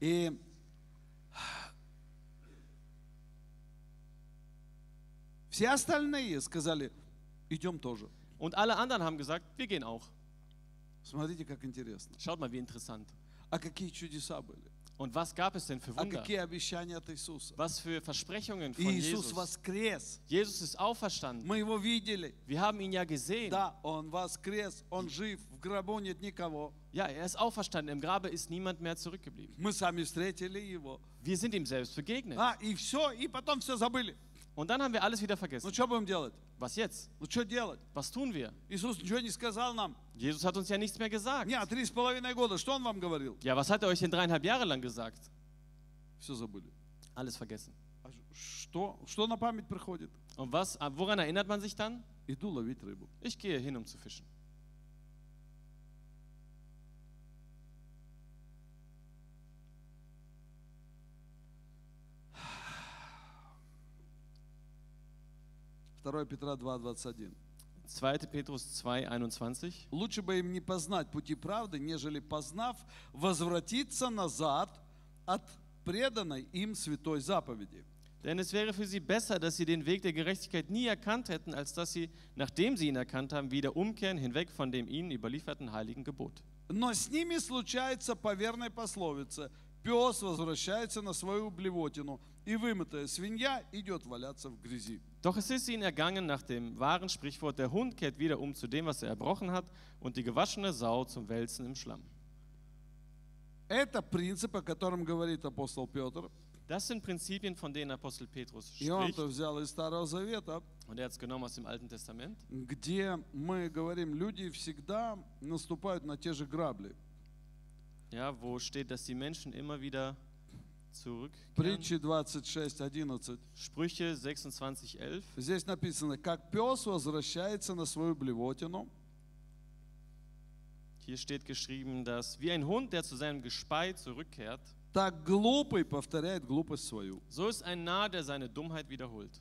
[SPEAKER 1] И все остальные сказали, идем тоже.
[SPEAKER 2] Und alle anderen haben gesagt, wir gehen auch.
[SPEAKER 1] Смотрите, как интересно.
[SPEAKER 2] Schaut mal, wie interessant.
[SPEAKER 1] А какие чудеса были?
[SPEAKER 2] Und was gab es denn für
[SPEAKER 1] А
[SPEAKER 2] Wunder?
[SPEAKER 1] какие обещания от Иисуса?
[SPEAKER 2] Was für Versprechungen
[SPEAKER 1] И
[SPEAKER 2] von
[SPEAKER 1] Иисус
[SPEAKER 2] Jesus?
[SPEAKER 1] воскрес.
[SPEAKER 2] Jesus ist auferstanden.
[SPEAKER 1] Мы его видели.
[SPEAKER 2] Wir haben ihn ja gesehen.
[SPEAKER 1] Да, он воскрес, он жив, в гробу нет никого.
[SPEAKER 2] Ja, er ist auferstanden. Im Grabe ist niemand mehr zurückgeblieben.
[SPEAKER 1] Мы сами встретили его.
[SPEAKER 2] Wir sind ihm selbst begegnet.
[SPEAKER 1] А, и все, и потом все забыли.
[SPEAKER 2] Und dann haben wir alles wieder
[SPEAKER 1] Ну
[SPEAKER 2] vergessen.
[SPEAKER 1] что будем делать?
[SPEAKER 2] Was jetzt?
[SPEAKER 1] Ну что делать?
[SPEAKER 2] Was tun wir?
[SPEAKER 1] Иисус ничего не сказал нам.
[SPEAKER 2] Jesus hat uns ja nichts mehr gesagt.
[SPEAKER 1] Не, а три с половиной года, что он вам говорил?
[SPEAKER 2] Ja, was hat er euch denn dreieinhalb Jahre lang gesagt?
[SPEAKER 1] Все забыли.
[SPEAKER 2] Alles vergessen.
[SPEAKER 1] А ж- что? Что на память приходит?
[SPEAKER 2] Und was, ah, woran erinnert man sich dann?
[SPEAKER 1] Иду ловить рыбу.
[SPEAKER 2] Ich gehe hin, um zu fischen.
[SPEAKER 1] Второе Петра 2,21.
[SPEAKER 2] 2. Petrus 2, 21.
[SPEAKER 1] Лучше бы им не познать пути правды, нежели познав, возвратиться назад от преданной им святой заповеди.
[SPEAKER 2] Denn es wäre für sie besser, dass sie den Weg der Gerechtigkeit nie erkannt hätten, als dass sie, nachdem sie ihn erkannt haben, wieder umkehren hinweg von dem ihnen überlieferten heiligen Gebot.
[SPEAKER 1] Но с ними случается по верной пословице. Пес возвращается на свою блевотину, и вымытая свинья идет валяться в грязи.
[SPEAKER 2] Doch es ist ihnen ergangen nach dem wahren Sprichwort, der Hund kehrt wieder um zu dem, was er erbrochen hat, und die gewaschene Sau zum Wälzen im Schlamm.
[SPEAKER 1] Это принцип, о котором говорит апостол Петр.
[SPEAKER 2] Das sind Prinzipien, von denen Apostel Petrus
[SPEAKER 1] И он-то
[SPEAKER 2] spricht.
[SPEAKER 1] взяl из Старого Завета,
[SPEAKER 2] Und er hat es genommen aus dem Alten Testament.
[SPEAKER 1] где мы говорим, люди всегда наступают на те же грабли.
[SPEAKER 2] Ja, wo steht, dass die Menschen immer wieder zurückkehren.
[SPEAKER 1] Притчи 26, 11.
[SPEAKER 2] Sprüche 26, 11.
[SPEAKER 1] Здесь написано, как пес возвращается на свою блевотину,
[SPEAKER 2] Hier steht geschrieben, dass wie ein Hund, der zu seinem Gespei zurückkehrt,
[SPEAKER 1] так глупый повторяет глупость свою.
[SPEAKER 2] so ist ein Narr, der seine Dummheit wiederholt.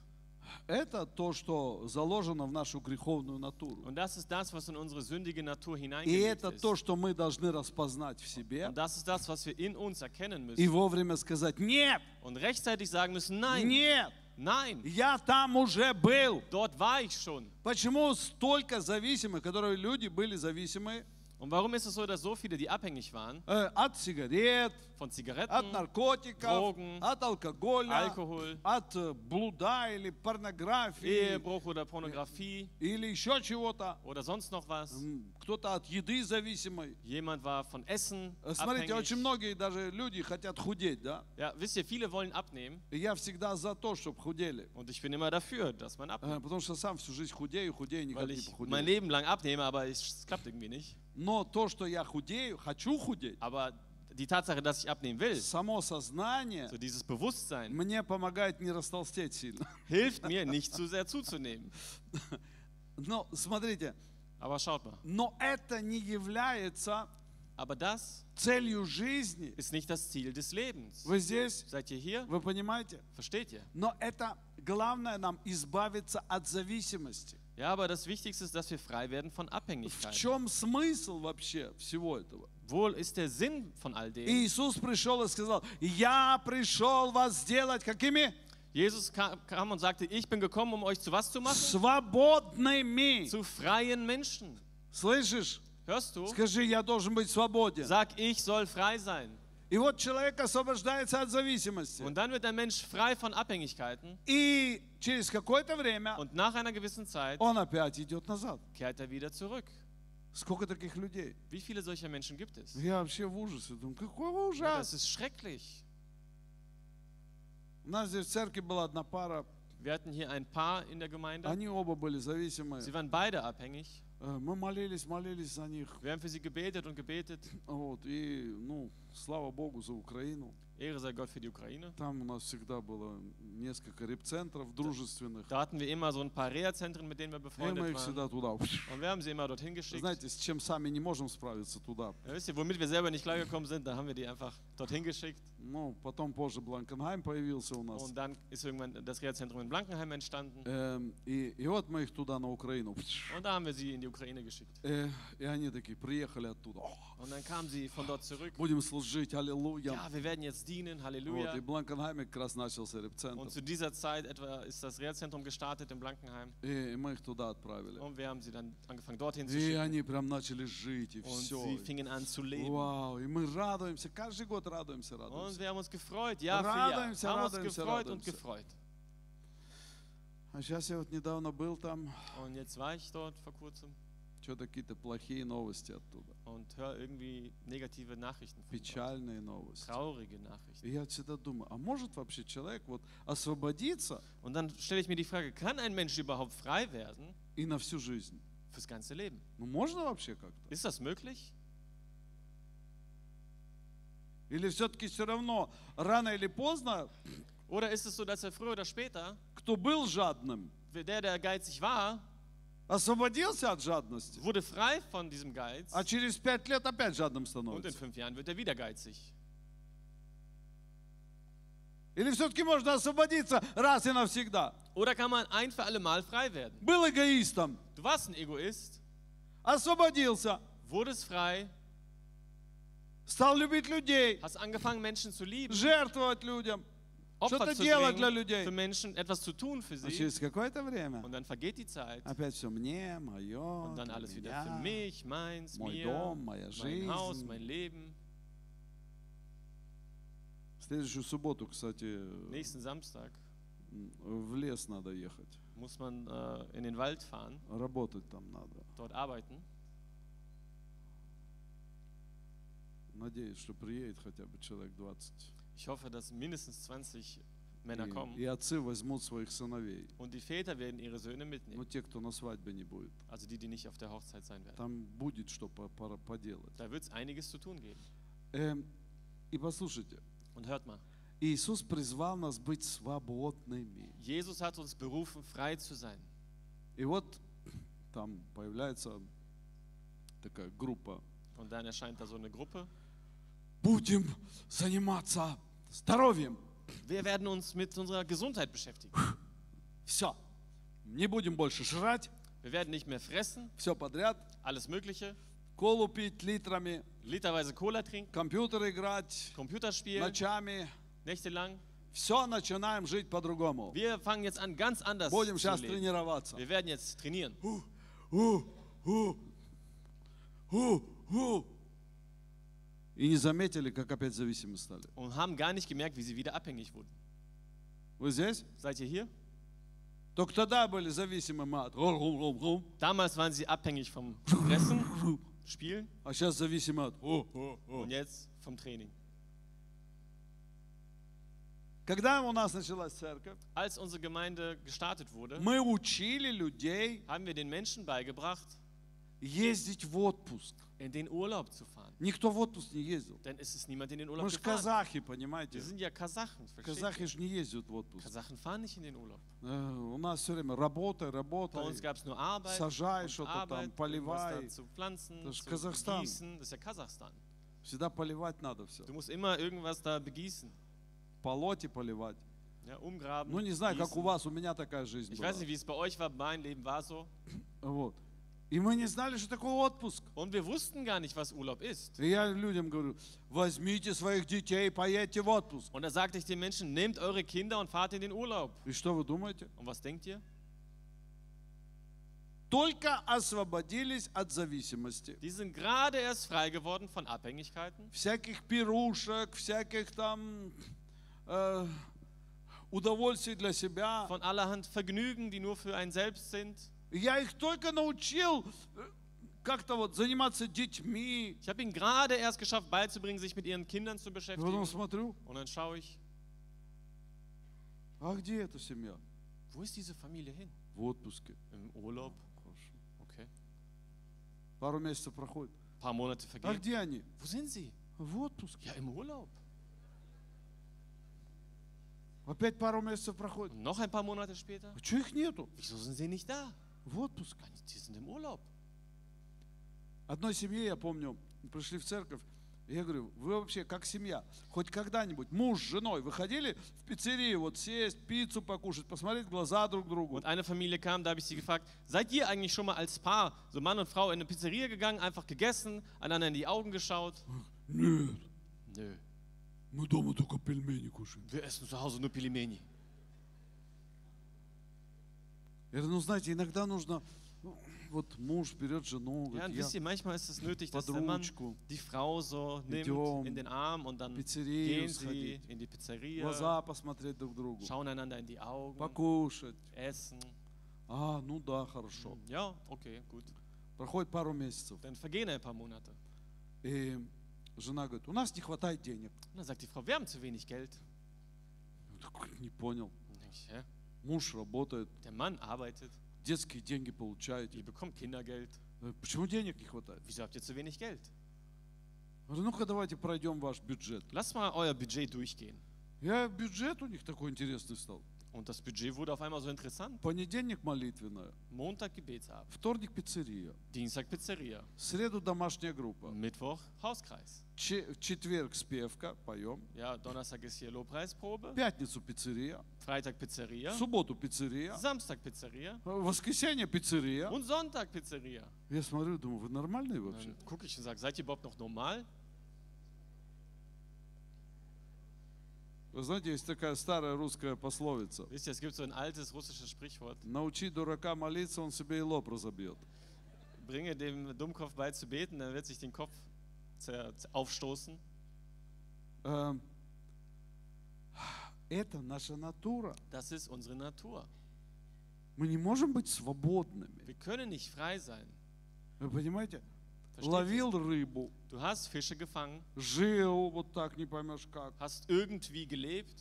[SPEAKER 1] Это то, что заложено в нашу греховную натуру.
[SPEAKER 2] Und das ist das, was in unsere sündige Natur
[SPEAKER 1] И
[SPEAKER 2] hineingelegt
[SPEAKER 1] это
[SPEAKER 2] ist.
[SPEAKER 1] то, что мы должны распознать в себе
[SPEAKER 2] Und das ist das, was wir in uns erkennen
[SPEAKER 1] и
[SPEAKER 2] müssen.
[SPEAKER 1] вовремя сказать, нет,
[SPEAKER 2] Und rechtzeitig sagen müssen, nein,
[SPEAKER 1] нет,
[SPEAKER 2] nein,
[SPEAKER 1] я там уже был.
[SPEAKER 2] dort war ich schon.
[SPEAKER 1] Почему столько зависимых, которые люди были зависимы,
[SPEAKER 2] Und warum ist es so, dass so viele, die abhängig waren
[SPEAKER 1] э, от сигарет,
[SPEAKER 2] von Zigaretten,
[SPEAKER 1] от наркотиков,
[SPEAKER 2] Drogen,
[SPEAKER 1] от алкоголя,
[SPEAKER 2] Alkohol.
[SPEAKER 1] от э, блуда или порнографии,
[SPEAKER 2] Ehebruch oder Pornografie
[SPEAKER 1] или еще чего-то,
[SPEAKER 2] oder sonst noch was,
[SPEAKER 1] М, кто-то от еды зависимой.
[SPEAKER 2] jemand war von Essen
[SPEAKER 1] Э, Смотрите, очень
[SPEAKER 2] abhängig.
[SPEAKER 1] многие даже люди хотят худеть, да?
[SPEAKER 2] Ja, wisst ihr, viele wollen abnehmen
[SPEAKER 1] И я всегда за то, чтобы худели.
[SPEAKER 2] und ich bin immer dafür, dass man abnimmt,
[SPEAKER 1] Э, Потому что сам всю жизнь худею, худею, никак
[SPEAKER 2] weil
[SPEAKER 1] не
[SPEAKER 2] ich mein
[SPEAKER 1] похудею.
[SPEAKER 2] Leben lang abnehme, aber ich- es klappt irgendwie nicht.
[SPEAKER 1] Но то, что я худею, хочу худеть,
[SPEAKER 2] Aber die Tatsache, dass ich abnehmen will,
[SPEAKER 1] само сознание
[SPEAKER 2] so dieses Bewusstsein,
[SPEAKER 1] мне помогает не растолстеть сильно. (laughs)
[SPEAKER 2] hilft mir, nicht zu sehr zuzunehmen.
[SPEAKER 1] Но смотрите,
[SPEAKER 2] Aber schaut mal,
[SPEAKER 1] но это не является
[SPEAKER 2] aber das
[SPEAKER 1] целью жизни.
[SPEAKER 2] ist nicht das Ziel des Lebens.
[SPEAKER 1] Вы здесь,
[SPEAKER 2] Seid ihr hier?
[SPEAKER 1] вы понимаете?
[SPEAKER 2] Versteht ihr?
[SPEAKER 1] Но это главное нам избавиться от зависимости.
[SPEAKER 2] Ja, aber das Wichtigste ist, dass wir frei werden von
[SPEAKER 1] В
[SPEAKER 2] Abhängigkeit.
[SPEAKER 1] чем смысл вообще всего этого?
[SPEAKER 2] Wohl ist der Sinn von all
[SPEAKER 1] И
[SPEAKER 2] dem.
[SPEAKER 1] Иисус пришел и сказал, я пришел вас сделать какими?
[SPEAKER 2] Jesus kam, kam und sagte, ich bin gekommen, um euch zu was zu machen?
[SPEAKER 1] Свободными.
[SPEAKER 2] Zu freien Menschen.
[SPEAKER 1] Слышишь?
[SPEAKER 2] Hörst du?
[SPEAKER 1] Скажи, я должен быть свободен.
[SPEAKER 2] Sag, ich soll frei sein.
[SPEAKER 1] И вот человек освобождается от зависимости.
[SPEAKER 2] Und dann wird ein Mensch frei von Abhängigkeiten.
[SPEAKER 1] И через какое-то время
[SPEAKER 2] Und nach einer gewissen Zeit
[SPEAKER 1] он опять идет назад.
[SPEAKER 2] kehrt er wieder zurück.
[SPEAKER 1] Сколько таких людей?
[SPEAKER 2] Wie viele solcher Menschen gibt es?
[SPEAKER 1] Я вообще в ужасе. Думаю, какой ужас.
[SPEAKER 2] Das ist schrecklich.
[SPEAKER 1] У нас здесь в церкви была одна пара.
[SPEAKER 2] Wir hatten hier ein Paar in der Gemeinde.
[SPEAKER 1] Они оба были зависимы.
[SPEAKER 2] Sie waren beide abhängig.
[SPEAKER 1] Э, Мы молились, молились за них.
[SPEAKER 2] Wir haben für sie gebetet und gebetet.
[SPEAKER 1] Вот. И, ну, слава Богу за Украину.
[SPEAKER 2] Ehre sei Gott für die Ukraine.
[SPEAKER 1] Там у нас всегда было несколько репцентров дружественных.
[SPEAKER 2] Da hatten wir immer so ein paar Reha-Zentren, mit denen wir
[SPEAKER 1] И мы
[SPEAKER 2] befreundet
[SPEAKER 1] их
[SPEAKER 2] waren.
[SPEAKER 1] всегда туда.
[SPEAKER 2] Und wir haben sie immer dorthin geschickt.
[SPEAKER 1] Знаете, с чем сами не можем справиться туда.
[SPEAKER 2] Ja, wisst ihr, womit wir selber nicht klargekommen sind, da haben wir die einfach dorthin geschickt.
[SPEAKER 1] Ну, потом позже Бланкенхайм появился у нас.
[SPEAKER 2] Und dann ist irgendwann das Reha-Zentrum in Blankenheim entstanden.
[SPEAKER 1] Эм, и, и вот мы их туда, на Украину.
[SPEAKER 2] Und da haben wir sie in die Ukraine geschickt.
[SPEAKER 1] Э, и они такие, приехали оттуда. «О,
[SPEAKER 2] Und dann kamen sie von dort zurück.
[SPEAKER 1] будем служить, аллилуйя.
[SPEAKER 2] Ja, Oh, wir werden jetzt dienen,
[SPEAKER 1] Вот, и
[SPEAKER 2] Halleluja.
[SPEAKER 1] в Бланкенхайме как раз начался
[SPEAKER 2] Und
[SPEAKER 1] репцентр.
[SPEAKER 2] zu dieser Zeit etwa ist das Reha-Zentrum gestartet in Blankenheim.
[SPEAKER 1] И мы их туда отправили.
[SPEAKER 2] Und wir haben sie dann angefangen, dorthin zu
[SPEAKER 1] И
[SPEAKER 2] schicken.
[SPEAKER 1] они прям начали жить, и
[SPEAKER 2] Und sie
[SPEAKER 1] все.
[SPEAKER 2] fingen an zu leben.
[SPEAKER 1] Вау, и мы радуемся, каждый год радуемся,
[SPEAKER 2] Und
[SPEAKER 1] радуемся.
[SPEAKER 2] wir haben uns gefreut, ja, für
[SPEAKER 1] Radojmся,
[SPEAKER 2] Jahr. Haben uns
[SPEAKER 1] radojmся,
[SPEAKER 2] gefreut und
[SPEAKER 1] radojmся.
[SPEAKER 2] gefreut.
[SPEAKER 1] А сейчас я вот недавно был там,
[SPEAKER 2] Und jetzt war ich dort vor kurzem
[SPEAKER 1] что-то какие-то плохие новости оттуда,
[SPEAKER 2] und höre irgendwie negative Nachrichten. Von dort.
[SPEAKER 1] печальные новости.
[SPEAKER 2] Traurige Nachrichten.
[SPEAKER 1] И я всегда думаю, а может вообще человек вот освободиться
[SPEAKER 2] Und dann stelle ich mir die Frage, kann ein Mensch überhaupt frei werden
[SPEAKER 1] и на всю жизнь?
[SPEAKER 2] fürs ganze Leben?
[SPEAKER 1] Ну можно вообще как-то?
[SPEAKER 2] Ist das möglich?
[SPEAKER 1] Или все-таки все равно рано или поздно,
[SPEAKER 2] Oder ist es so, dass er früher oder später,
[SPEAKER 1] кто был жадным,
[SPEAKER 2] der, der geizig war,
[SPEAKER 1] освободился от жадности,
[SPEAKER 2] wurde frei von diesem Geiz
[SPEAKER 1] а через пять лет опять жадным
[SPEAKER 2] und in
[SPEAKER 1] становится?
[SPEAKER 2] fünf Jahren wird er wieder geizig?
[SPEAKER 1] Или все-таки можно освободиться раз и навсегда?
[SPEAKER 2] Oder kann man ein für alle Mal frei werden?
[SPEAKER 1] Был эгоистом,
[SPEAKER 2] Du warst ein Egoist,
[SPEAKER 1] освободился,
[SPEAKER 2] wurdest frei,
[SPEAKER 1] стал любить людей,
[SPEAKER 2] hast angefangen, Menschen zu lieben,
[SPEAKER 1] жертвовать людям,
[SPEAKER 2] Opfer
[SPEAKER 1] что-то
[SPEAKER 2] zu
[SPEAKER 1] делать для
[SPEAKER 2] bringen,
[SPEAKER 1] людей.
[SPEAKER 2] für Menschen etwas zu tun für
[SPEAKER 1] А
[SPEAKER 2] sie.
[SPEAKER 1] через какое-то время
[SPEAKER 2] Und dann vergeht die Zeit
[SPEAKER 1] опять все мне, мое,
[SPEAKER 2] und dann alles wieder für
[SPEAKER 1] меня.
[SPEAKER 2] mich, meins,
[SPEAKER 1] Mein
[SPEAKER 2] mir,
[SPEAKER 1] Dom, meine
[SPEAKER 2] mein Haus,
[SPEAKER 1] Жизнь.
[SPEAKER 2] mein Leben.
[SPEAKER 1] В следующую субботу, кстати,
[SPEAKER 2] Nächsten Samstag
[SPEAKER 1] в лес надо ехать.
[SPEAKER 2] muss man äh, in den Wald fahren,
[SPEAKER 1] Работать там надо.
[SPEAKER 2] dort arbeiten.
[SPEAKER 1] Надеюсь, что приедет хотя бы человек 20.
[SPEAKER 2] Ich hoffe, dass mindestens 20 Männer
[SPEAKER 1] И, и
[SPEAKER 2] kommen
[SPEAKER 1] отцы возьмут своих сыновей.
[SPEAKER 2] und die Väter werden ihre Söhne mitnehmen,
[SPEAKER 1] Ну, те, кто на свадьбе не будет.
[SPEAKER 2] also die, die nicht auf der Hochzeit sein werden.
[SPEAKER 1] Там будет что по- пора поделать.
[SPEAKER 2] Da wird es einiges zu tun geben.
[SPEAKER 1] Эм, и послушайте,
[SPEAKER 2] Und hört mal,
[SPEAKER 1] Иисус призвал нас быть свободными.
[SPEAKER 2] Jesus hat uns berufen, frei zu sein.
[SPEAKER 1] И вот (clears throat) там появляется такая группа.
[SPEAKER 2] Und dann erscheint da so eine Gruppe.
[SPEAKER 1] Будем заниматься здоровьем.
[SPEAKER 2] Wir werden uns mit unserer Gesundheit beschäftigen.
[SPEAKER 1] Все. Не будем больше жрать,
[SPEAKER 2] Wir werden nicht mehr fressen,
[SPEAKER 1] все подряд.
[SPEAKER 2] alles Mögliche,
[SPEAKER 1] Колу пить литрами,
[SPEAKER 2] literweise Cola trinken,
[SPEAKER 1] компьютер играть
[SPEAKER 2] Computerspielen,
[SPEAKER 1] ночами.
[SPEAKER 2] nächtelang.
[SPEAKER 1] Все, начинаем жить по-другому.
[SPEAKER 2] Wir fangen jetzt an, ganz anders zu
[SPEAKER 1] Будем сейчас
[SPEAKER 2] leben.
[SPEAKER 1] тренироваться.
[SPEAKER 2] Wir werden jetzt trainieren.
[SPEAKER 1] У, у, у, «О!» и не заметили, как опять зависимы стали.
[SPEAKER 2] und haben gar nicht gemerkt, wie sie wieder abhängig wurden.
[SPEAKER 1] Вы здесь?
[SPEAKER 2] Seid ihr hier?
[SPEAKER 1] Только тогда были зависимы мы от «рум, рум, рум»,
[SPEAKER 2] Damals waren sie abhängig vom Fressen,
[SPEAKER 1] (laughs)
[SPEAKER 2] Spielen
[SPEAKER 1] а сейчас зависимы от «о, о, о».
[SPEAKER 2] und jetzt vom Training.
[SPEAKER 1] Когда у нас началась церковь,
[SPEAKER 2] Als unsere Gemeinde gestartet wurde,
[SPEAKER 1] мы учили людей
[SPEAKER 2] haben wir den Menschen beigebracht,
[SPEAKER 1] ездить в отпуск.
[SPEAKER 2] in den Urlaub zu fahren.
[SPEAKER 1] Никто в отпуск не ездил.
[SPEAKER 2] Denn es ist niemand in den
[SPEAKER 1] Мы
[SPEAKER 2] Urlaub
[SPEAKER 1] же
[SPEAKER 2] gefahren.
[SPEAKER 1] казахи, понимаете?
[SPEAKER 2] Wir sind ja Kasachen, versteht
[SPEAKER 1] Казахи
[SPEAKER 2] ihr?
[SPEAKER 1] же не ездят в отпуск.
[SPEAKER 2] Kasachen fahren nicht in den Urlaub.
[SPEAKER 1] Э, У нас все время работай,
[SPEAKER 2] Bei uns
[SPEAKER 1] работай.
[SPEAKER 2] gab es nur Arbeit,
[SPEAKER 1] Сажай
[SPEAKER 2] und
[SPEAKER 1] что-то там,
[SPEAKER 2] Arbeit, irgendwas
[SPEAKER 1] поливай.
[SPEAKER 2] da zu pflanzen,
[SPEAKER 1] Das ist
[SPEAKER 2] zu
[SPEAKER 1] Kasachstan.
[SPEAKER 2] begießen. Das ist ja Kasachstan.
[SPEAKER 1] Всегда поливать надо все.
[SPEAKER 2] Du musst immer irgendwas da begießen,
[SPEAKER 1] Полоть и поливать.
[SPEAKER 2] ja, umgraben.
[SPEAKER 1] Ну, не знаю, как у
[SPEAKER 2] gießen.
[SPEAKER 1] вас, у меня такая жизнь
[SPEAKER 2] Ich
[SPEAKER 1] была.
[SPEAKER 2] weiß nicht, wie es bei euch war, mein Leben war so.
[SPEAKER 1] Вот. И мы не знали, что такое отпуск.
[SPEAKER 2] Und wir wussten gar nicht, was Urlaub ist.
[SPEAKER 1] И я людям говорю, возьмите своих детей, поедьте в отпуск.
[SPEAKER 2] Und da sagte ich den Menschen, nehmt eure Kinder und fahrt in den Urlaub.
[SPEAKER 1] И что вы думаете?
[SPEAKER 2] Und was denkt ihr?
[SPEAKER 1] Только освободились от зависимости.
[SPEAKER 2] Die sind gerade erst frei geworden von Abhängigkeiten,
[SPEAKER 1] Всяких пирушек, всяких там э, удовольствий для себя.
[SPEAKER 2] von allerhand Vergnügen, die nur für einen selbst sind.
[SPEAKER 1] Я их только научил э, как-то вот заниматься детьми.
[SPEAKER 2] Ich habe ihnen gerade erst geschafft, beizubringen, sich mit ihren Kindern
[SPEAKER 1] И
[SPEAKER 2] zu
[SPEAKER 1] потом
[SPEAKER 2] beschäftigen.
[SPEAKER 1] смотрю,
[SPEAKER 2] Und dann schaue ich,
[SPEAKER 1] а где эта семья?
[SPEAKER 2] wo ist diese Familie hin?
[SPEAKER 1] В отпуске.
[SPEAKER 2] Im Urlaub.
[SPEAKER 1] Хорошо.
[SPEAKER 2] Okay.
[SPEAKER 1] Пару месяцев проходит.
[SPEAKER 2] Ein paar Monate
[SPEAKER 1] А
[SPEAKER 2] vergehen.
[SPEAKER 1] где они?
[SPEAKER 2] Wo sind sie?
[SPEAKER 1] В отпуске.
[SPEAKER 2] Ja, im Urlaub.
[SPEAKER 1] Опять пару месяцев проходит.
[SPEAKER 2] Und noch ein paar Monate später.
[SPEAKER 1] А что их нету?
[SPEAKER 2] Wieso sind sie nicht da?
[SPEAKER 1] В отпуске.
[SPEAKER 2] Die sind im Urlaub.
[SPEAKER 1] Одной семье, я помню, пришли в церковь, и я говорю, вы вообще как семья, хоть когда-нибудь муж с женой выходили в пиццерию, вот сесть, пиццу покушать, посмотреть в глаза друг другу?
[SPEAKER 2] Und eine Familie kam, da habe ich sie gefragt, seid ihr eigentlich schon mal als Paar, so Mann und Frau, in eine Pizzeria gegangen, einfach gegessen, einander in die Augen geschaut?
[SPEAKER 1] Нет,
[SPEAKER 2] Nö,
[SPEAKER 1] мы дома только пельмени кушаем.
[SPEAKER 2] wir essen zu Hause nur Pilimeni.
[SPEAKER 1] Я говорю, ну знаете, иногда нужно, ну, вот муж берет жену,
[SPEAKER 2] Ja, und
[SPEAKER 1] говорит,
[SPEAKER 2] wisst
[SPEAKER 1] я
[SPEAKER 2] ihr, manchmal ist es nötig, dass
[SPEAKER 1] под
[SPEAKER 2] der Mann
[SPEAKER 1] ручку,
[SPEAKER 2] die Frau so nimmt
[SPEAKER 1] Идем
[SPEAKER 2] in den Arm und
[SPEAKER 1] в
[SPEAKER 2] dann
[SPEAKER 1] пиццерию
[SPEAKER 2] gehen sie
[SPEAKER 1] сходить,
[SPEAKER 2] in die
[SPEAKER 1] в
[SPEAKER 2] Pizzeria,
[SPEAKER 1] глаза посмотреть друг другу,
[SPEAKER 2] schauen einander in die Augen,
[SPEAKER 1] покушать.
[SPEAKER 2] essen.
[SPEAKER 1] А, ну да, хорошо.
[SPEAKER 2] Ja, okay, gut.
[SPEAKER 1] Проходит пару месяцев,
[SPEAKER 2] Dann vergehen ein paar Monate.
[SPEAKER 1] и жена говорит, у нас не хватает денег.
[SPEAKER 2] Und dann sagt die Frau, wir haben zu wenig Geld.
[SPEAKER 1] Я такой, Не понял.
[SPEAKER 2] Dann denke ich, hä?
[SPEAKER 1] Муж работает,
[SPEAKER 2] Der Mann arbeitet,
[SPEAKER 1] детские деньги получаете.
[SPEAKER 2] ihr bekommt Kindergeld.
[SPEAKER 1] Э, Почему денег не хватает?
[SPEAKER 2] Wieso habt ihr zu wenig Geld?
[SPEAKER 1] Говорю, ну-ка давайте пройдем ваш бюджет.
[SPEAKER 2] Lasst mal euer Budget durchgehen.
[SPEAKER 1] Я бюджет у них такой интересный стал.
[SPEAKER 2] Und das Budget wurde auf einmal so interessant.
[SPEAKER 1] Понедельник молитвенная,
[SPEAKER 2] Montag Gebetsabend,
[SPEAKER 1] вторник пиццерия,
[SPEAKER 2] Dienstag Pizzeria,
[SPEAKER 1] в среду домашняя группа,
[SPEAKER 2] Mittwoch Hauskreis.
[SPEAKER 1] че- в четверг спевка, поем,
[SPEAKER 2] Ja, Donnerstag ist hier Lobpreisprobe,
[SPEAKER 1] в пятницу пиццерия,
[SPEAKER 2] Freitag
[SPEAKER 1] в
[SPEAKER 2] Pizzeria,
[SPEAKER 1] субботу пиццерия,
[SPEAKER 2] Samstag Pizzeria
[SPEAKER 1] э, в воскресенье пиццерия.
[SPEAKER 2] und Sonntag Pizzeria.
[SPEAKER 1] Я смотрю, думаю, вы нормальные вообще?
[SPEAKER 2] Dann gucke ich und sage, seid ihr überhaupt noch normal?
[SPEAKER 1] Вы знаете, есть такая старая русская пословица.
[SPEAKER 2] Wisst ihr, es gibt so ein altes russisches Sprichwort.
[SPEAKER 1] Научи дурака молиться, он себе и лоб разобьет.
[SPEAKER 2] Bringe dem Dummkopf bei zu beten, dann wird sich den Kopf zer- zer- aufstoßen.
[SPEAKER 1] Эм, Это наша натура.
[SPEAKER 2] Das ist unsere Natur.
[SPEAKER 1] Мы не можем быть свободными.
[SPEAKER 2] Wir können nicht frei sein.
[SPEAKER 1] Вы понимаете?
[SPEAKER 2] Versteht ihr?
[SPEAKER 1] Ловил рыбу,
[SPEAKER 2] Du hast Fische gefangen,
[SPEAKER 1] жил вот так, не поймешь как.
[SPEAKER 2] hast irgendwie gelebt,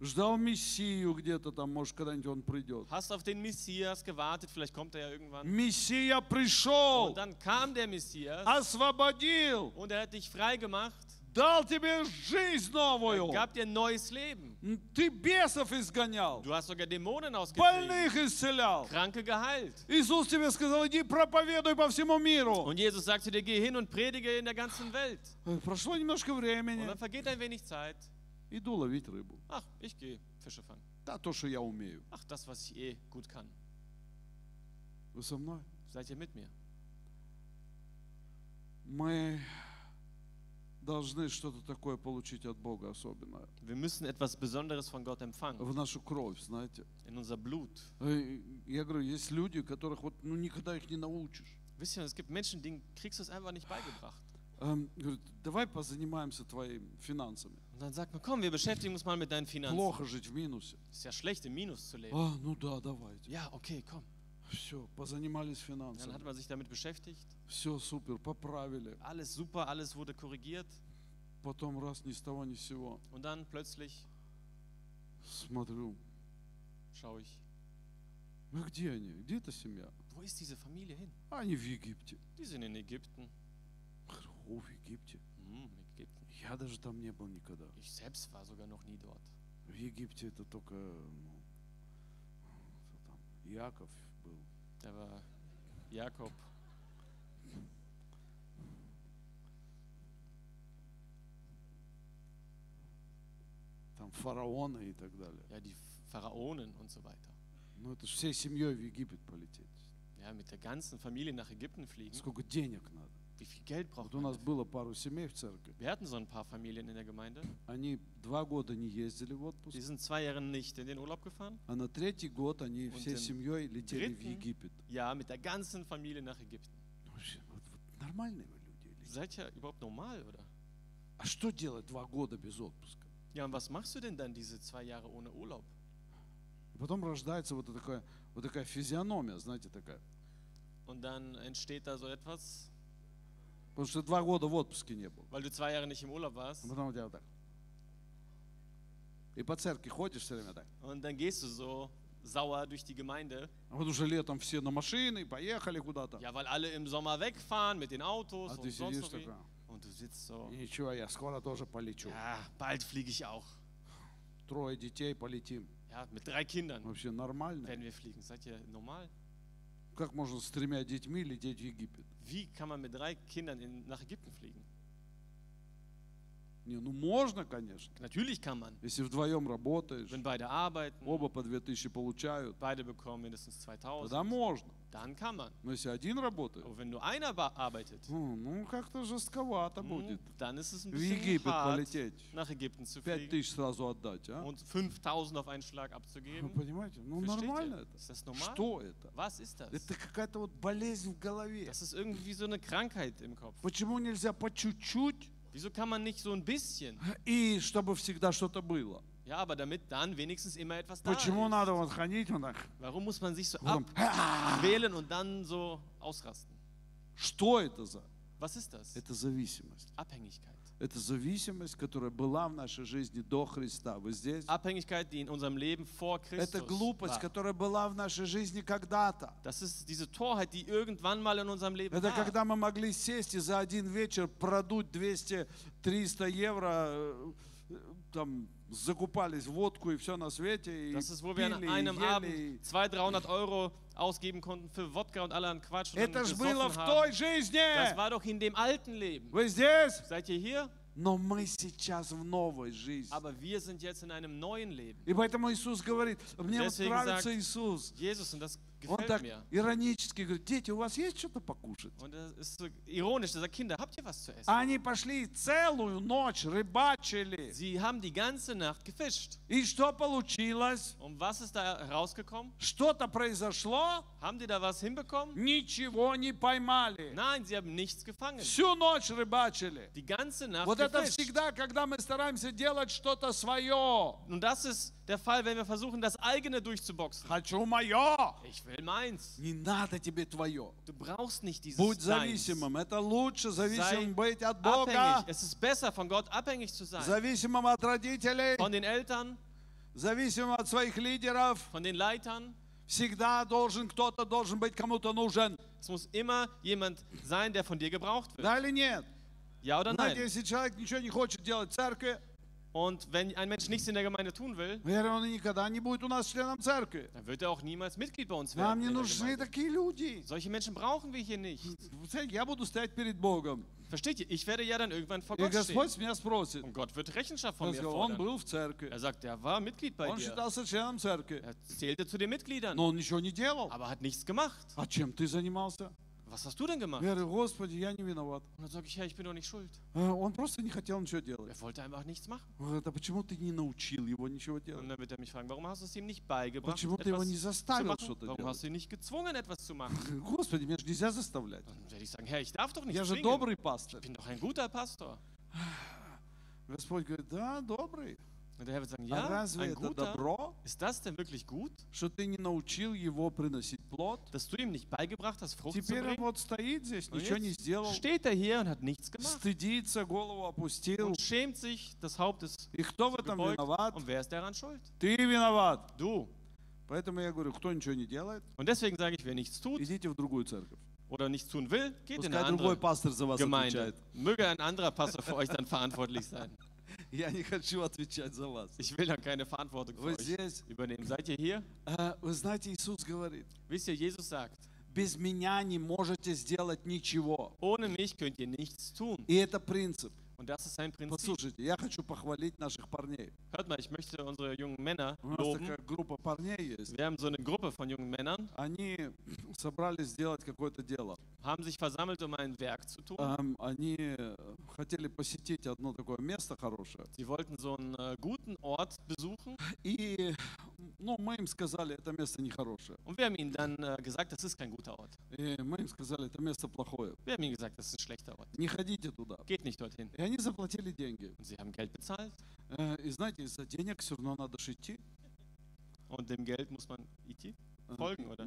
[SPEAKER 1] Ждал Мессию где-то там, может, когда-нибудь он придет.
[SPEAKER 2] hast auf den Messias gewartet, vielleicht kommt er ja irgendwann.
[SPEAKER 1] Мессия пришел,
[SPEAKER 2] Und dann kam der Messias
[SPEAKER 1] Also- освободил,
[SPEAKER 2] und er hat dich frei gemacht.
[SPEAKER 1] дал тебе жизнь
[SPEAKER 2] Er
[SPEAKER 1] новую.
[SPEAKER 2] gab dir ein neues Leben.
[SPEAKER 1] М, Ты бесов изгонял,
[SPEAKER 2] Du hast sogar Dämonen ausgetrieben,
[SPEAKER 1] больных исцелял.
[SPEAKER 2] Kranke geheilt.
[SPEAKER 1] Иисус тебе сказал, иди проповедуй по всему миру.
[SPEAKER 2] Und Jesus sagte dir, geh hin und predige in der ganzen Welt.
[SPEAKER 1] Э, Прошло немножко
[SPEAKER 2] Und
[SPEAKER 1] времени,
[SPEAKER 2] dann vergeht ein wenig Zeit.
[SPEAKER 1] иду ловить рыбу.
[SPEAKER 2] Ach, ich gehe Fische fangen.
[SPEAKER 1] Да, то, что я умею.
[SPEAKER 2] Ach, das, was ich eh gut kann.
[SPEAKER 1] Вы со мной?
[SPEAKER 2] Seid ihr mit mir?
[SPEAKER 1] Мы должны что-то такое получить от Бога особенное.
[SPEAKER 2] Wir müssen etwas Besonderes von Gott empfangen.
[SPEAKER 1] В нашу кровь, знаете.
[SPEAKER 2] In unser Blut.
[SPEAKER 1] Э, Я говорю, есть люди, которых вот ну, никогда их не научишь.
[SPEAKER 2] Wisst ihr, es gibt Menschen, denen kriegst du es einfach nicht beigebracht.
[SPEAKER 1] Эм, Говорит, давай позанимаемся твоими финансами.
[SPEAKER 2] Und dann sagt man, komm, wir beschäftigen uns mal mit deinen Finanzen.
[SPEAKER 1] Плохо жить в минусе.
[SPEAKER 2] Ist ja schlecht, im Minus zu leben.
[SPEAKER 1] А, ну да, давайте.
[SPEAKER 2] Ja, okay, komm.
[SPEAKER 1] Все, позанимались
[SPEAKER 2] Dann hat
[SPEAKER 1] финансами.
[SPEAKER 2] man sich damit beschäftigt.
[SPEAKER 1] Все, супер, поправили.
[SPEAKER 2] Alles super, alles wurde korrigiert.
[SPEAKER 1] Потом раз ни с того ни с сего.
[SPEAKER 2] Und dann plötzlich
[SPEAKER 1] Смотрю.
[SPEAKER 2] schaue ich,
[SPEAKER 1] Ну где они? Где эта семья?
[SPEAKER 2] wo ist diese Familie hin?
[SPEAKER 1] А Они в Египте.
[SPEAKER 2] Die sind in Ägypten.
[SPEAKER 1] Говорю, О, в Египте?
[SPEAKER 2] Hm, Ägypten.
[SPEAKER 1] Я даже там не был никогда.
[SPEAKER 2] Ich selbst war sogar noch nie dort.
[SPEAKER 1] В Египте это только ну, кто там, Яков был.
[SPEAKER 2] Da war Jakob.
[SPEAKER 1] Там фараоны и так далее.
[SPEAKER 2] ja, die Pharaonen und so weiter.
[SPEAKER 1] Ну это ж всей семьей в Египет полететь.
[SPEAKER 2] Ja, mit der ganzen Familie nach Ägypten fliegen.
[SPEAKER 1] Сколько денег надо.
[SPEAKER 2] Wie viel Geld braucht
[SPEAKER 1] Вот у
[SPEAKER 2] man?
[SPEAKER 1] нас
[SPEAKER 2] Dafür?
[SPEAKER 1] было пару семей в церкви.
[SPEAKER 2] Wir hatten so ein paar Familien in der Gemeinde.
[SPEAKER 1] Они два года не ездили в
[SPEAKER 2] Die
[SPEAKER 1] отпуск,
[SPEAKER 2] sind zwei Jahre nicht in den Urlaub gefahren.
[SPEAKER 1] а на третий год они
[SPEAKER 2] Он
[SPEAKER 1] всей
[SPEAKER 2] тем
[SPEAKER 1] семьей летели в
[SPEAKER 2] дрitten.
[SPEAKER 1] Египет.
[SPEAKER 2] Ja, mit der ganzen Familie nach Ägypten.
[SPEAKER 1] Ну, вообще, вот- вот нормальные вы люди. или нет?
[SPEAKER 2] Seid ihr überhaupt normal, oder?
[SPEAKER 1] А что делать два года без отпуска?
[SPEAKER 2] Ja, und was machst du denn dann diese zwei Jahre ohne Urlaub?
[SPEAKER 1] И Потом рождается вот такая, вот такая физиономия, знаете, такая.
[SPEAKER 2] Und dann entsteht da so etwas,
[SPEAKER 1] Потому что два года в отпуске не был.
[SPEAKER 2] weil du zwei Jahre nicht im Urlaub warst.
[SPEAKER 1] А потом у тебя вот так. И по церкви ходишь все время так.
[SPEAKER 2] Und dann gehst du so sauer durch die Gemeinde.
[SPEAKER 1] А вот уже летом все на машины, поехали куда-то.
[SPEAKER 2] Ja, Halt weil alle im Sommer wegfahren mit den Autos
[SPEAKER 1] А
[SPEAKER 2] und
[SPEAKER 1] ты
[SPEAKER 2] sonst
[SPEAKER 1] сидишь
[SPEAKER 2] noch wie.
[SPEAKER 1] такая.
[SPEAKER 2] Und du sitzt so.
[SPEAKER 1] Ничего, я скоро тоже полечу.
[SPEAKER 2] Ja, bald fliege ich auch.
[SPEAKER 1] Трое детей полетим.
[SPEAKER 2] Ja, mit drei Kindern
[SPEAKER 1] Вообще нормально.
[SPEAKER 2] werden wir fliegen. Seid ihr normal?
[SPEAKER 1] Как можно с тремя детьми лететь в Египет?
[SPEAKER 2] Wie kann man mit drei Kindern in, nach Ägypten fliegen?
[SPEAKER 1] Не, ну можно, конечно.
[SPEAKER 2] Natürlich kann man.
[SPEAKER 1] Если вдвоем работаешь,
[SPEAKER 2] Wenn beide arbeiten,
[SPEAKER 1] оба по две tысячи получают,
[SPEAKER 2] beide bekommen mindestens 2000,
[SPEAKER 1] тогда можно.
[SPEAKER 2] dann kann man.
[SPEAKER 1] Но если один работает,
[SPEAKER 2] Aber wenn nur einer ba- arbeitet,
[SPEAKER 1] ну, ну, как-то жестковато будет.
[SPEAKER 2] hm, dann ist es ein
[SPEAKER 1] В
[SPEAKER 2] bisschen
[SPEAKER 1] Египет
[SPEAKER 2] hart,
[SPEAKER 1] полететь.
[SPEAKER 2] nach Ägypten zu
[SPEAKER 1] Пять
[SPEAKER 2] fliegen
[SPEAKER 1] тысяч сразу отдать, а?
[SPEAKER 2] und 5000 auf einen Schlag (laughs)
[SPEAKER 1] Вы
[SPEAKER 2] abzugeben.
[SPEAKER 1] понимаете? Ну
[SPEAKER 2] Versteht
[SPEAKER 1] нормально
[SPEAKER 2] ihr?
[SPEAKER 1] это.
[SPEAKER 2] Ist das normal?
[SPEAKER 1] Что это?
[SPEAKER 2] Was ist das?
[SPEAKER 1] Это какая-то вот болезнь в голове.
[SPEAKER 2] Das ist irgendwie so eine Krankheit im Kopf.
[SPEAKER 1] Почему нельзя по чуть-чуть
[SPEAKER 2] Wieso kann man nicht so ein bisschen?
[SPEAKER 1] и чтобы всегда что-то было?
[SPEAKER 2] Ja, aber damit dann wenigstens immer etwas da ist.
[SPEAKER 1] Почему надо вот ходить вот так?
[SPEAKER 2] Warum muss man sich so
[SPEAKER 1] Потом,
[SPEAKER 2] abquälen und dann so ausrasten?
[SPEAKER 1] Что это за?
[SPEAKER 2] Was ist das?
[SPEAKER 1] Это зависимость.
[SPEAKER 2] Abhängigkeit.
[SPEAKER 1] Это зависимость, которая была в нашей жизни до Христа. Вы здесь?
[SPEAKER 2] Abhängigkeit, die in unserem Leben vor
[SPEAKER 1] Это
[SPEAKER 2] Christus
[SPEAKER 1] глупость,
[SPEAKER 2] war.
[SPEAKER 1] которая была в нашей жизни когда-то.
[SPEAKER 2] Das ist diese Torheit, die irgendwann mal in unserem Leben
[SPEAKER 1] Это
[SPEAKER 2] war.
[SPEAKER 1] когда мы могли сесть и за один вечер продуть 200-300 евро, э, э, там закупались водку и все на свете, и
[SPEAKER 2] Das ist, wo wir an
[SPEAKER 1] пили, и
[SPEAKER 2] einem
[SPEAKER 1] ели,
[SPEAKER 2] Abend
[SPEAKER 1] и-
[SPEAKER 2] 200, 300 Euro ausgeben konnten für Wodka und allerhand Quatsch. Und
[SPEAKER 1] Это
[SPEAKER 2] dann
[SPEAKER 1] ж было
[SPEAKER 2] gesoffen
[SPEAKER 1] в
[SPEAKER 2] haben.
[SPEAKER 1] той жизни!
[SPEAKER 2] Das war doch in dem alten Leben.
[SPEAKER 1] Вы здесь?
[SPEAKER 2] Seid ihr hier?
[SPEAKER 1] Но мы сейчас в новой жизни.
[SPEAKER 2] Aber wir sind jetzt in einem neuen Leben.
[SPEAKER 1] И поэтому Иисус говорит, мне вот
[SPEAKER 2] Deswegen
[SPEAKER 1] нравится
[SPEAKER 2] sagt-
[SPEAKER 1] Иисус.
[SPEAKER 2] Jesus, und das
[SPEAKER 1] Он
[SPEAKER 2] gefällt
[SPEAKER 1] так
[SPEAKER 2] mir.
[SPEAKER 1] иронически говорит, дети, у вас есть что-то покушать?
[SPEAKER 2] Und das ist so ironisch. Er sagt, Kinder, habt ihr was zu essen?
[SPEAKER 1] А они пошли и целую ночь рыбачили.
[SPEAKER 2] Sie haben die ganze Nacht gefischt.
[SPEAKER 1] И что получилось?
[SPEAKER 2] Und was ist da rausgekommen?
[SPEAKER 1] Что-то произошло,
[SPEAKER 2] Haben die da was hinbekommen?
[SPEAKER 1] ничего не поймали.
[SPEAKER 2] Nein, sie haben nichts gefangen.
[SPEAKER 1] Всю ночь рыбачили.
[SPEAKER 2] Die ganze Nacht
[SPEAKER 1] Вот это
[SPEAKER 2] gefischt.
[SPEAKER 1] всегда, когда мы стараемся делать что-то свое.
[SPEAKER 2] Und das ist der Fall, wenn wir versuchen, das eigene durchzuboxen.
[SPEAKER 1] Хочу мое.
[SPEAKER 2] Ich will meins.
[SPEAKER 1] Не надо тебе твое.
[SPEAKER 2] Du brauchst nicht dieses
[SPEAKER 1] Будь
[SPEAKER 2] Seins.
[SPEAKER 1] зависимым. Это лучше зависимым
[SPEAKER 2] Sei
[SPEAKER 1] быть от Бога,
[SPEAKER 2] Abhängig. Es ist besser, von Gott abhängig zu sein.
[SPEAKER 1] зависимым от родителей,
[SPEAKER 2] Von den Eltern,
[SPEAKER 1] зависимым от своих лидеров.
[SPEAKER 2] von den Leitern.
[SPEAKER 1] Всегда должен кто-то должен быть кому-то нужен.
[SPEAKER 2] Es muss immer jemand sein, der von dir gebraucht wird.
[SPEAKER 1] Да или нет?
[SPEAKER 2] Ja oder
[SPEAKER 1] Знаете,
[SPEAKER 2] nein?
[SPEAKER 1] если человек ничего не хочет делать в церкви,
[SPEAKER 2] Und wenn ein Mensch nichts in der Gemeinde tun will,
[SPEAKER 1] наверное, он и никогда не будет у нас членом церкви.
[SPEAKER 2] dann wird er auch niemals Mitglied bei uns
[SPEAKER 1] Нам
[SPEAKER 2] werden.
[SPEAKER 1] не
[SPEAKER 2] in der
[SPEAKER 1] нужны
[SPEAKER 2] Gemeinde.
[SPEAKER 1] такие люди.
[SPEAKER 2] Solche Menschen brauchen wir hier nicht.
[SPEAKER 1] Вы знаете, Я буду стоять перед Богом.
[SPEAKER 2] Versteht ihr? Ich werde ja dann irgendwann vor
[SPEAKER 1] И
[SPEAKER 2] Gott stehen.
[SPEAKER 1] Господь меня спросит.
[SPEAKER 2] Und Gott wird Rechenschaft von
[SPEAKER 1] Он
[SPEAKER 2] mir
[SPEAKER 1] сказал, он
[SPEAKER 2] fordern.
[SPEAKER 1] был в церкви.
[SPEAKER 2] Er sagt, er war Mitglied bei
[SPEAKER 1] Он
[SPEAKER 2] dir.
[SPEAKER 1] считался членом церкви.
[SPEAKER 2] Er zählte zu den Mitgliedern,
[SPEAKER 1] Но он ничего не делал.
[SPEAKER 2] aber hat nichts gemacht.
[SPEAKER 1] А чем ты занимался?
[SPEAKER 2] was hast du denn gemacht?
[SPEAKER 1] Я говорю, Господи, я не виноват.
[SPEAKER 2] Und dann sage ich, Herr, ich bin doch nicht schuld.
[SPEAKER 1] А, Он просто не хотел ничего делать.
[SPEAKER 2] Er wollte einfach nichts machen.
[SPEAKER 1] Он говорит, а почему ты не научил его ничего
[SPEAKER 2] Und
[SPEAKER 1] делать?
[SPEAKER 2] dann wird er mich fragen, warum hast du es ihm nicht beigebracht,
[SPEAKER 1] Почему ты его
[SPEAKER 2] etwas
[SPEAKER 1] не
[SPEAKER 2] zu
[SPEAKER 1] заставил
[SPEAKER 2] machen?
[SPEAKER 1] что-то
[SPEAKER 2] Warum hast
[SPEAKER 1] делать?
[SPEAKER 2] du ihn nicht gezwungen, etwas zu machen?
[SPEAKER 1] Господи, меня же нельзя заставлять.
[SPEAKER 2] Dann werde ich sagen, Herr, ich darf doch nicht
[SPEAKER 1] Я же
[SPEAKER 2] zwingen.
[SPEAKER 1] добрый пастор.
[SPEAKER 2] Ich bin doch ein guter Pastor.
[SPEAKER 1] Господь говорит, да, добрый.
[SPEAKER 2] Und der Herr wird sagen,
[SPEAKER 1] А
[SPEAKER 2] ja,
[SPEAKER 1] разве
[SPEAKER 2] ein
[SPEAKER 1] это
[SPEAKER 2] guter.
[SPEAKER 1] добро,
[SPEAKER 2] Ist das denn wirklich gut,
[SPEAKER 1] что ты не научил его приносить плод?
[SPEAKER 2] dass du ihm nicht beigebracht hast, Frucht zu
[SPEAKER 1] Теперь он
[SPEAKER 2] bringen?
[SPEAKER 1] вот стоит здесь,
[SPEAKER 2] Und
[SPEAKER 1] ничего не сделал,
[SPEAKER 2] jetzt steht er hier und hat nichts gemacht
[SPEAKER 1] стыдится, голову опустил.
[SPEAKER 2] und schämt sich des Hauptes
[SPEAKER 1] И кто в этом
[SPEAKER 2] gebeugt.
[SPEAKER 1] виноват?
[SPEAKER 2] Und wer ist daran schuld?
[SPEAKER 1] Ты виноват.
[SPEAKER 2] Du.
[SPEAKER 1] Поэтому я говорю, кто ничего не делает,
[SPEAKER 2] Und deswegen sage ich, wer nichts tut
[SPEAKER 1] идите в другую церковь.
[SPEAKER 2] oder nichts tun will, geht in
[SPEAKER 1] Пускай
[SPEAKER 2] eine andere
[SPEAKER 1] другой пастор за вас
[SPEAKER 2] Gemeinde.
[SPEAKER 1] отвечает.
[SPEAKER 2] Möge ein anderer Pastor für euch dann verantwortlich sein.
[SPEAKER 1] Я не хочу отвечать за вас.
[SPEAKER 2] Ich will dann keine Verantwortung für
[SPEAKER 1] Вы
[SPEAKER 2] euch
[SPEAKER 1] здесь.
[SPEAKER 2] übernehmen. Seid ihr hier?
[SPEAKER 1] Э, Вы знаете, Иисус говорит,
[SPEAKER 2] Wisst ihr, Jesus sagt,
[SPEAKER 1] без меня не можете сделать ничего.
[SPEAKER 2] ohne mich könnt ihr nichts tun.
[SPEAKER 1] И это принцип.
[SPEAKER 2] Und das ist sein Prinzip.
[SPEAKER 1] Послушайте, я хочу похвалить наших парней.
[SPEAKER 2] Hört mal, ich möchte unsere jungen Männer
[SPEAKER 1] У нас
[SPEAKER 2] loben.
[SPEAKER 1] такая группа парней есть.
[SPEAKER 2] Wir haben so eine Gruppe von jungen Männern,
[SPEAKER 1] Они (clears throat) собрались сделать какое-то дело.
[SPEAKER 2] haben sich versammelt, um ein Werk zu tun.
[SPEAKER 1] Эм, Они э, хотели посетить одно такое место хорошее.
[SPEAKER 2] Sie wollten so einen äh, guten Ort besuchen
[SPEAKER 1] И ну, мы им сказали, это место нехорошее.
[SPEAKER 2] und wir haben ihnen dann äh, gesagt, das ist kein guter Ort.
[SPEAKER 1] И мы им сказали, это место плохое.
[SPEAKER 2] Wir haben ihnen gesagt, das ist ein schlechter Ort.
[SPEAKER 1] Не ходите туда.
[SPEAKER 2] Geht nicht dorthin.
[SPEAKER 1] И они заплатили деньги.
[SPEAKER 2] Und sie haben Geld bezahlt
[SPEAKER 1] Э, И знаете, из-за денег все равно надо же идти.
[SPEAKER 2] und dem Geld muss man идти.
[SPEAKER 1] Э,
[SPEAKER 2] Folgen, oder?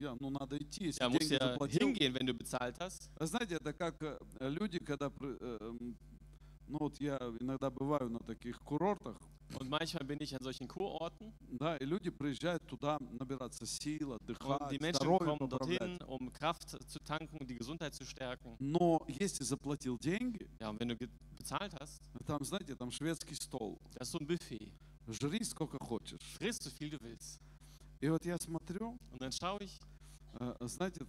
[SPEAKER 1] Я, ну надо идти, если
[SPEAKER 2] Ja, musst
[SPEAKER 1] деньги
[SPEAKER 2] ja
[SPEAKER 1] заплатил.
[SPEAKER 2] hingehen, wenn du bezahlt hast.
[SPEAKER 1] А Знаете, это как э, люди, когда... пр- э, эм, Ну вот я иногда бываю на таких курортах,
[SPEAKER 2] Und manchmal bin ich an solchen Kurorten
[SPEAKER 1] да, и люди приезжают туда набираться сил,
[SPEAKER 2] und die
[SPEAKER 1] отдыхать,
[SPEAKER 2] Menschen
[SPEAKER 1] здоровьем
[SPEAKER 2] kommen
[SPEAKER 1] поправлять.
[SPEAKER 2] dorthin, um Kraft zu tanken, um die Gesundheit zu stärken.
[SPEAKER 1] Но если заплатил деньги,
[SPEAKER 2] Ja, und wenn du ge- bezahlt hast,
[SPEAKER 1] там, знаете, там шведский стол,
[SPEAKER 2] das ist so ein Buffet.
[SPEAKER 1] жри сколько хочешь.
[SPEAKER 2] Frisst so viel du willst.
[SPEAKER 1] И вот я смотрю,
[SPEAKER 2] Und dann schaue ich,
[SPEAKER 1] э, знаете,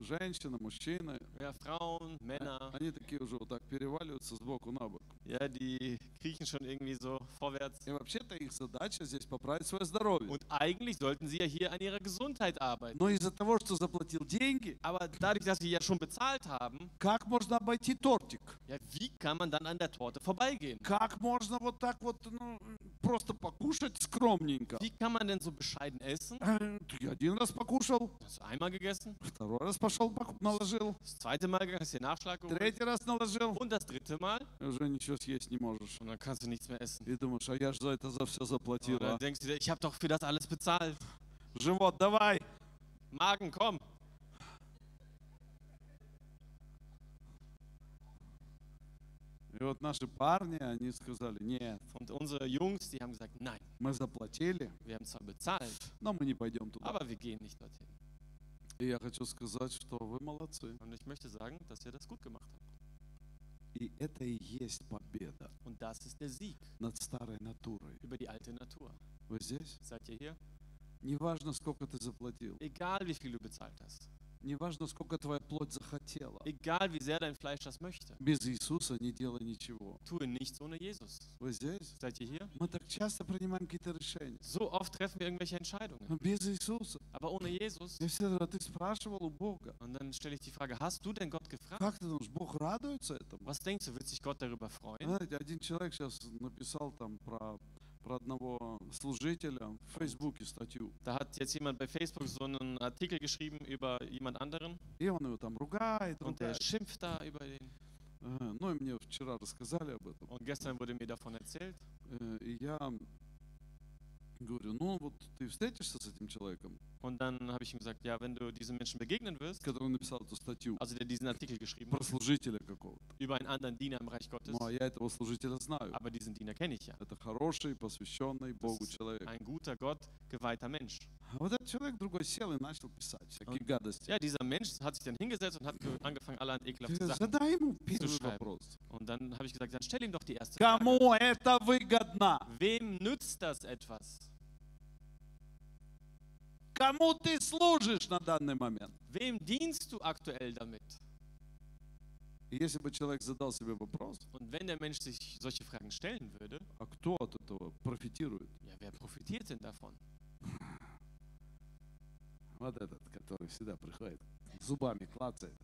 [SPEAKER 1] женщины, мужчины,
[SPEAKER 2] ja, Frauen, Männer,
[SPEAKER 1] э, они такие уже вот так переваливаются сбоку на бок.
[SPEAKER 2] ja, die kriechen schon irgendwie so vorwärts.
[SPEAKER 1] И вообще-то их задача здесь поправить свое здоровье.
[SPEAKER 2] Und eigentlich sollten sie ja hier an ihrer Gesundheit arbeiten.
[SPEAKER 1] Но из-за того, что заплатил деньги,
[SPEAKER 2] Aber dadurch, dass sie ja schon bezahlt haben,
[SPEAKER 1] как можно обойти тортик?
[SPEAKER 2] ja, wie kann man dann an der Torte vorbeigehen?
[SPEAKER 1] Как можно вот так вот ну, просто покушать скромненько?
[SPEAKER 2] Wie kann man denn so bescheiden essen?
[SPEAKER 1] Э, Ты один раз покушал,
[SPEAKER 2] Hast du einmal gegessen,
[SPEAKER 1] второй раз пошел поку- наложил,
[SPEAKER 2] das zweite Mal gegessen, hast dir Nachschlag geholt
[SPEAKER 1] третий раз наложил,
[SPEAKER 2] und das dritte Mal
[SPEAKER 1] и уже ничего съесть не можешь.
[SPEAKER 2] und dann kannst du nichts mehr essen.
[SPEAKER 1] И думаешь, а я же за это за все
[SPEAKER 2] Und
[SPEAKER 1] заплатила.
[SPEAKER 2] dann denkst du dir, ich habe doch für das alles bezahlt.
[SPEAKER 1] Живот, давай!
[SPEAKER 2] Magen, komm.
[SPEAKER 1] И вот наши парни, они сказали, нет,
[SPEAKER 2] Und unsere Jungs, die haben gesagt, nein,
[SPEAKER 1] мы заплатили,
[SPEAKER 2] wir haben zwar bezahlt,
[SPEAKER 1] но мы не пойдем туда.
[SPEAKER 2] aber wir gehen nicht dorthin.
[SPEAKER 1] И я хочу сказать, что вы молодцы.
[SPEAKER 2] Und ich möchte sagen, dass ihr das gut gemacht habt.
[SPEAKER 1] И это и есть победа
[SPEAKER 2] Und das ist der Sieg
[SPEAKER 1] над старой натурой.
[SPEAKER 2] über die alte Natur.
[SPEAKER 1] Вы здесь?
[SPEAKER 2] Seid ihr hier?
[SPEAKER 1] Неважно, сколько ты заплатил,
[SPEAKER 2] Egal wie viel du bezahlt hast,
[SPEAKER 1] неважно, сколько твоя плоть захотела.
[SPEAKER 2] egal wie sehr dein Fleisch das möchte,
[SPEAKER 1] Без Иисуса не делай ничего.
[SPEAKER 2] tue nichts ohne Jesus.
[SPEAKER 1] Вы здесь?
[SPEAKER 2] Seid ihr hier?
[SPEAKER 1] Мы так часто принимаем какие-то решения.
[SPEAKER 2] So oft treffen wir irgendwelche Entscheidungen,
[SPEAKER 1] Но без Иисуса.
[SPEAKER 2] aber ohne Jesus.
[SPEAKER 1] Я всегда говорю, «А ты спрашивал у Бога.
[SPEAKER 2] Und dann stelle ich die Frage, hast du denn Gott gefragt?
[SPEAKER 1] Как ты думаешь, Бог радуется этому?
[SPEAKER 2] Was denkst du, wird sich Gott darüber freuen?
[SPEAKER 1] Знаете, один человек сейчас написал там про, про одного служителя в Фейсбуке статью.
[SPEAKER 2] Da hat jetzt jemand bei Facebook so einen Artikel geschrieben über jemand anderen
[SPEAKER 1] И он его там ругает,
[SPEAKER 2] und der
[SPEAKER 1] ругает.
[SPEAKER 2] schimpft da über den.
[SPEAKER 1] Э, Ну и мне вчера рассказали об этом.
[SPEAKER 2] Und gestern wurde mir davon erzählt.
[SPEAKER 1] Э, И я говорю, ну вот ты встретишься с этим человеком,
[SPEAKER 2] Und dann habe ich ihm gesagt, ja, wenn du diesem Menschen begegnen wirst,
[SPEAKER 1] который написал эту статью
[SPEAKER 2] also der diesen Artikel geschrieben
[SPEAKER 1] про (laughs)
[SPEAKER 2] hat,
[SPEAKER 1] служителя какого-то.
[SPEAKER 2] über einen anderen Diener im Reich Gottes,
[SPEAKER 1] Ну а я этого служителя знаю.
[SPEAKER 2] aber diesen Diener kenne ich ja.
[SPEAKER 1] Это хороший, посвященный Богу человек.
[SPEAKER 2] Ein guter Gott, geweihter Mensch.
[SPEAKER 1] А вот этот человек другой сел и начал писать всякие гадости.
[SPEAKER 2] Ja, dieser Mensch hat sich dann hingesetzt und hat ge- angefangen, allerhand
[SPEAKER 1] Я
[SPEAKER 2] ekelhafte
[SPEAKER 1] говорю,
[SPEAKER 2] Sachen.
[SPEAKER 1] Задай ему первый
[SPEAKER 2] Слушай,
[SPEAKER 1] вопрос.
[SPEAKER 2] Und dann habe ich gesagt, dann stell ihm doch die erste Frage.
[SPEAKER 1] Кому это выгодно?
[SPEAKER 2] Wem nützt das etwas?
[SPEAKER 1] Кому ты служишь на данный момент?
[SPEAKER 2] Wem dienst du aktuell damit?
[SPEAKER 1] И Если бы человек задал себе вопрос,
[SPEAKER 2] Und wenn der Mensch sich solche Fragen stellen würde,
[SPEAKER 1] а кто от этого профитирует?
[SPEAKER 2] ja, wer profitiert denn davon?
[SPEAKER 1] Вот этот, который всегда приходит. зубами клацает,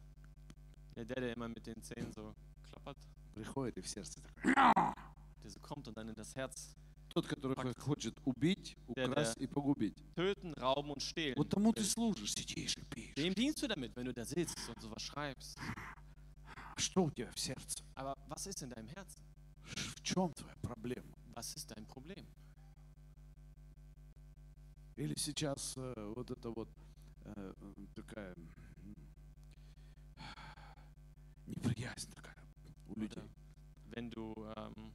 [SPEAKER 2] Der, der, der immer mit den Zähnen so klappert,
[SPEAKER 1] приходит и в сердце. такое.
[SPEAKER 2] der so kommt und dann in das Herz
[SPEAKER 1] Тот, который
[SPEAKER 2] Факт.
[SPEAKER 1] хочет убить, украсть и погубить.
[SPEAKER 2] töten, rauben und stehlen.
[SPEAKER 1] Вот тому ты служишь, сидишь и пишешь.
[SPEAKER 2] Wem dienst du damit, wenn du da sitzt und sowas schreibst?
[SPEAKER 1] А Что у тебя в сердце?
[SPEAKER 2] Aber was ist in deinem Herzen?
[SPEAKER 1] Ш- В чем твоя проблема?
[SPEAKER 2] Was ist dein Problem?
[SPEAKER 1] Или сейчас э, вот это вот э, м, такая м, неприязнь такая у людей.
[SPEAKER 2] Oder wenn du ähm,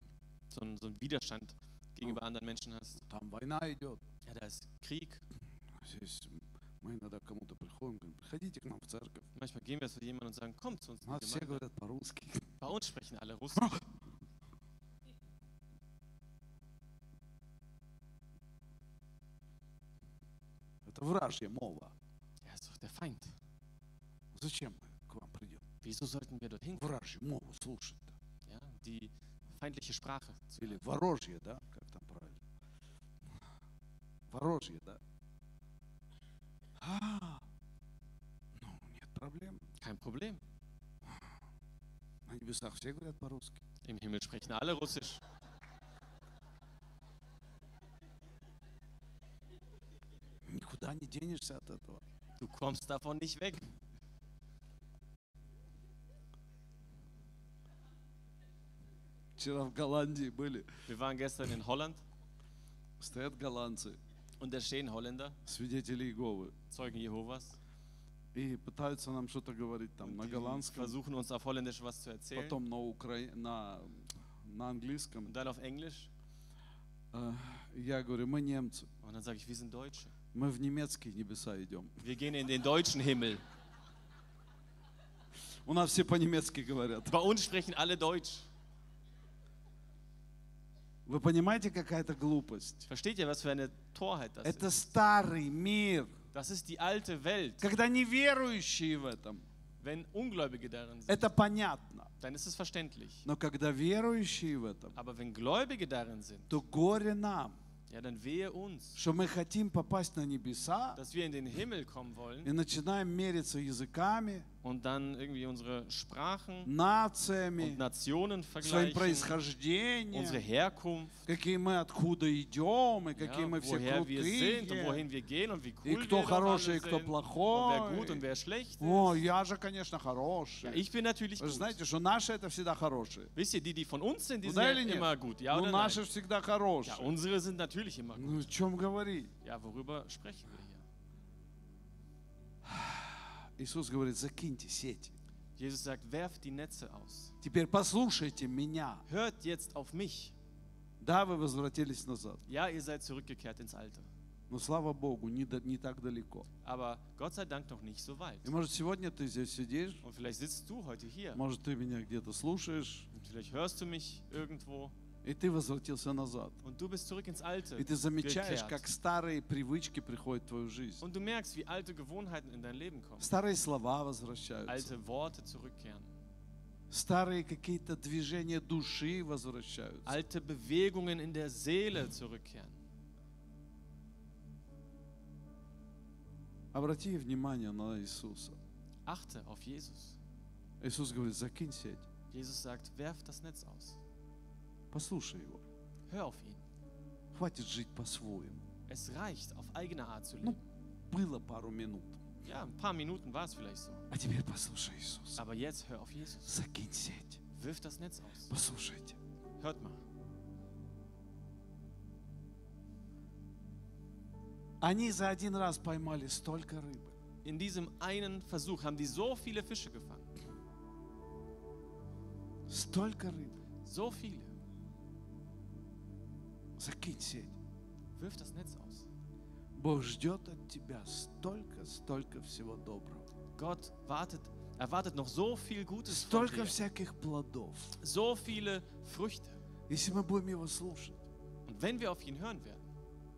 [SPEAKER 2] so, einen, so einen Widerstand gegenüber anderen Menschen hast.
[SPEAKER 1] Там война идет.
[SPEAKER 2] Ja, da ist Krieg.
[SPEAKER 1] Здесь мы иногда к кому-то приходим, говорим, приходите к нам в церковь.
[SPEAKER 2] Manchmal gehen wir zu jemandem und sagen, komm zu uns.
[SPEAKER 1] У
[SPEAKER 2] In
[SPEAKER 1] нас
[SPEAKER 2] die
[SPEAKER 1] все
[SPEAKER 2] Gemeinde.
[SPEAKER 1] говорят по-русски. (laughs)
[SPEAKER 2] Bei uns sprechen alle Russisch.
[SPEAKER 1] Это вражья мова.
[SPEAKER 2] Er ist doch der Feind.
[SPEAKER 1] Зачем мы к вам придем? Ну,
[SPEAKER 2] Wieso sollten wir dorthin?
[SPEAKER 1] Вражью мову слушать-то.
[SPEAKER 2] Ja, die feindliche Sprache. zu
[SPEAKER 1] Или
[SPEAKER 2] hören.
[SPEAKER 1] ворожье, да? Как там правильно? Ворожье, да? А, ну, нет проблем.
[SPEAKER 2] Kein Problem.
[SPEAKER 1] На небесах все говорят по-русски.
[SPEAKER 2] Im Himmel sprechen alle Russisch.
[SPEAKER 1] Никуда не денешься от этого.
[SPEAKER 2] Du kommst davon nicht weg.
[SPEAKER 1] Вчера в Голландии были.
[SPEAKER 2] Wir waren gestern in Holland
[SPEAKER 1] Стоят голландцы,
[SPEAKER 2] und da stehen Holländer,
[SPEAKER 1] свидетели Иеговы.
[SPEAKER 2] Zeugen Jehovas.
[SPEAKER 1] И пытаются нам что-то говорить
[SPEAKER 2] und
[SPEAKER 1] там на
[SPEAKER 2] die
[SPEAKER 1] голландском,
[SPEAKER 2] versuchen uns auf Holländisch was zu erzählen.
[SPEAKER 1] потом на, укра... на, на
[SPEAKER 2] Und
[SPEAKER 1] английском.
[SPEAKER 2] dann auf Englisch.
[SPEAKER 1] Э, Я говорю, мы немцы,
[SPEAKER 2] Und dann sage ich, wir sind Deutsche.
[SPEAKER 1] мы в немецкие небеса идем.
[SPEAKER 2] Wir gehen in den deutschen Himmel.
[SPEAKER 1] У нас все по-немецки говорят.
[SPEAKER 2] Bei uns sprechen alle Deutsch.
[SPEAKER 1] Вы понимаете, какая это глупость?
[SPEAKER 2] Versteht ihr, was für eine Torheit das
[SPEAKER 1] Это
[SPEAKER 2] ist?
[SPEAKER 1] старый мир,
[SPEAKER 2] Das ist die alte Welt.
[SPEAKER 1] когда неверующие в этом.
[SPEAKER 2] Wenn Ungläubige darin sind,
[SPEAKER 1] Это понятно.
[SPEAKER 2] dann ist es verständlich.
[SPEAKER 1] Но когда верующие в этом,
[SPEAKER 2] Aber wenn Gläubige darin sind,
[SPEAKER 1] то горе нам,
[SPEAKER 2] ja, dann wehe uns,
[SPEAKER 1] что мы хотим попасть на небеса
[SPEAKER 2] dass wir in den Himmel kommen
[SPEAKER 1] и
[SPEAKER 2] wollen
[SPEAKER 1] начинаем мериться языками,
[SPEAKER 2] und dann irgendwie unsere Sprachen und
[SPEAKER 1] нациями, своим
[SPEAKER 2] Nationen vergleichen, unsere
[SPEAKER 1] происхождением,
[SPEAKER 2] Herkunft,
[SPEAKER 1] какие мы откуда идем и
[SPEAKER 2] ja,
[SPEAKER 1] какие мы все
[SPEAKER 2] woher wir sind und
[SPEAKER 1] крутые.
[SPEAKER 2] wohin wir gehen und wie
[SPEAKER 1] И
[SPEAKER 2] cool wir
[SPEAKER 1] кто
[SPEAKER 2] doch alle
[SPEAKER 1] хороший, и
[SPEAKER 2] sind
[SPEAKER 1] кто
[SPEAKER 2] und wer gut und
[SPEAKER 1] плохой.
[SPEAKER 2] wer schlecht ist.
[SPEAKER 1] О, я же, конечно,
[SPEAKER 2] Ja,
[SPEAKER 1] хороший.
[SPEAKER 2] ich bin natürlich
[SPEAKER 1] Вы же
[SPEAKER 2] gut.
[SPEAKER 1] знаете, что наши это всегда хорошие.
[SPEAKER 2] Wisst ihr, die, die von uns sind, die sind
[SPEAKER 1] Куда
[SPEAKER 2] ja
[SPEAKER 1] или нет?
[SPEAKER 2] immer gut. Ja
[SPEAKER 1] Ну,
[SPEAKER 2] oder
[SPEAKER 1] наши
[SPEAKER 2] nein?
[SPEAKER 1] всегда хорошие.
[SPEAKER 2] Ja, unsere sind natürlich immer gut.
[SPEAKER 1] Ну, о чем говорить?
[SPEAKER 2] Ja, worüber sprechen wir hier?
[SPEAKER 1] Иисус говорит, закиньте сети.
[SPEAKER 2] Jesus sagt, werft die Netze aus.
[SPEAKER 1] Теперь послушайте меня.
[SPEAKER 2] Hört jetzt auf mich.
[SPEAKER 1] Да, вы возвратились назад.
[SPEAKER 2] Ja, ihr seid zurückgekehrt ins Alte.
[SPEAKER 1] Но слава Богу, не, да- не так далеко.
[SPEAKER 2] Aber Gott sei Dank noch nicht so weit.
[SPEAKER 1] И может сегодня ты здесь сидишь,
[SPEAKER 2] Und vielleicht sitzt du heute hier.
[SPEAKER 1] может ты меня где-то слушаешь,
[SPEAKER 2] Und vielleicht hörst du mich irgendwo.
[SPEAKER 1] и ты возвратился назад.
[SPEAKER 2] Und du bist zurück ins Alte.
[SPEAKER 1] И ты замечаешь,
[SPEAKER 2] gekehrt.
[SPEAKER 1] как старые привычки приходят в твою жизнь.
[SPEAKER 2] Und du merkst, wie alte Gewohnheiten in dein Leben kommen.
[SPEAKER 1] Старые слова возвращаются.
[SPEAKER 2] Alte Worte zurückkehren.
[SPEAKER 1] Старые какие-то движения души возвращаются.
[SPEAKER 2] Alte Bewegungen in der Seele zurückkehren.
[SPEAKER 1] Обрати внимание на Иисуса.
[SPEAKER 2] Achte auf Jesus.
[SPEAKER 1] Иисус говорит, закинь сеть,
[SPEAKER 2] Jesus sagt, werf das Netz aus.
[SPEAKER 1] послушай его.
[SPEAKER 2] Hör auf ihn.
[SPEAKER 1] Хватит жить по-своему.
[SPEAKER 2] Es reicht, auf eigene Art zu
[SPEAKER 1] Ну,
[SPEAKER 2] leben.
[SPEAKER 1] было пару минут.
[SPEAKER 2] Ja, ein paar Minuten war es vielleicht so.
[SPEAKER 1] А теперь послушай Иисуса.
[SPEAKER 2] Aber jetzt hör auf Jesus.
[SPEAKER 1] Закинь сеть.
[SPEAKER 2] Wirf das Netz aus.
[SPEAKER 1] Послушайте.
[SPEAKER 2] Hört mal.
[SPEAKER 1] Они за один раз поймали столько рыбы.
[SPEAKER 2] In diesem einen Versuch haben die so viele Fische gefangen.
[SPEAKER 1] Столько рыбы.
[SPEAKER 2] So viele.
[SPEAKER 1] Закинь сеть.
[SPEAKER 2] Wirf das Netz aus.
[SPEAKER 1] Бог ждет от тебя столько, столько всего доброго.
[SPEAKER 2] Gott wartet, erwartet noch so viel Gutes von
[SPEAKER 1] Столько
[SPEAKER 2] dir.
[SPEAKER 1] всяких плодов.
[SPEAKER 2] So viele Früchte.
[SPEAKER 1] Если мы будем его слушать
[SPEAKER 2] Und wenn wir auf ihn hören werden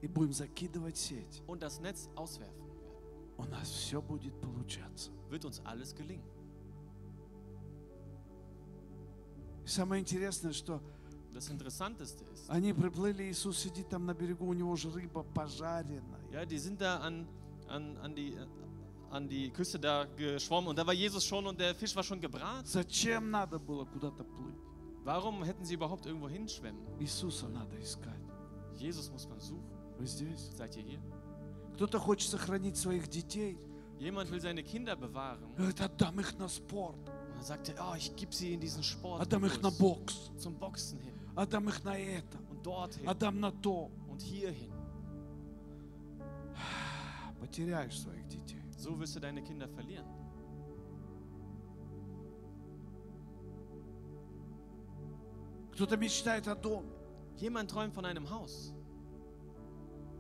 [SPEAKER 1] и будем закидывать сеть,
[SPEAKER 2] und das Netz auswerfen werden,
[SPEAKER 1] у нас все будет получаться.
[SPEAKER 2] wird uns alles gelingen.
[SPEAKER 1] И самое интересное, что
[SPEAKER 2] Das Interessanteste ist,
[SPEAKER 1] они приплыли, Иисус сидит там на берегу, у него же рыба пожаренная.
[SPEAKER 2] Ja, die sind da an, an, an, die, an die Küste da geschwommen und da war Jesus schon und der Fisch war schon gebraten.
[SPEAKER 1] Зачем надо было куда-то плыть?
[SPEAKER 2] Warum hätten sie überhaupt irgendwo hinschwemmen?
[SPEAKER 1] Иисуса надо искать.
[SPEAKER 2] Jesus muss man suchen.
[SPEAKER 1] Вы здесь?
[SPEAKER 2] Seid ihr hier?
[SPEAKER 1] Кто-то хочет сохранить своих детей.
[SPEAKER 2] Jemand will seine Kinder bewahren.
[SPEAKER 1] Говорит, отдам их на спорт,
[SPEAKER 2] Und dann sagt er, oh, ich gebe sie in diesen Sport
[SPEAKER 1] отдам их на бокс,
[SPEAKER 2] zum Boxen hin
[SPEAKER 1] отдам их на это,
[SPEAKER 2] und dorthin
[SPEAKER 1] отдам на то.
[SPEAKER 2] und hierhin.
[SPEAKER 1] Потеряешь своих детей.
[SPEAKER 2] So wirst du deine Kinder verlieren.
[SPEAKER 1] Кто-то мечтает о доме.
[SPEAKER 2] Jemand träumt von einem Haus.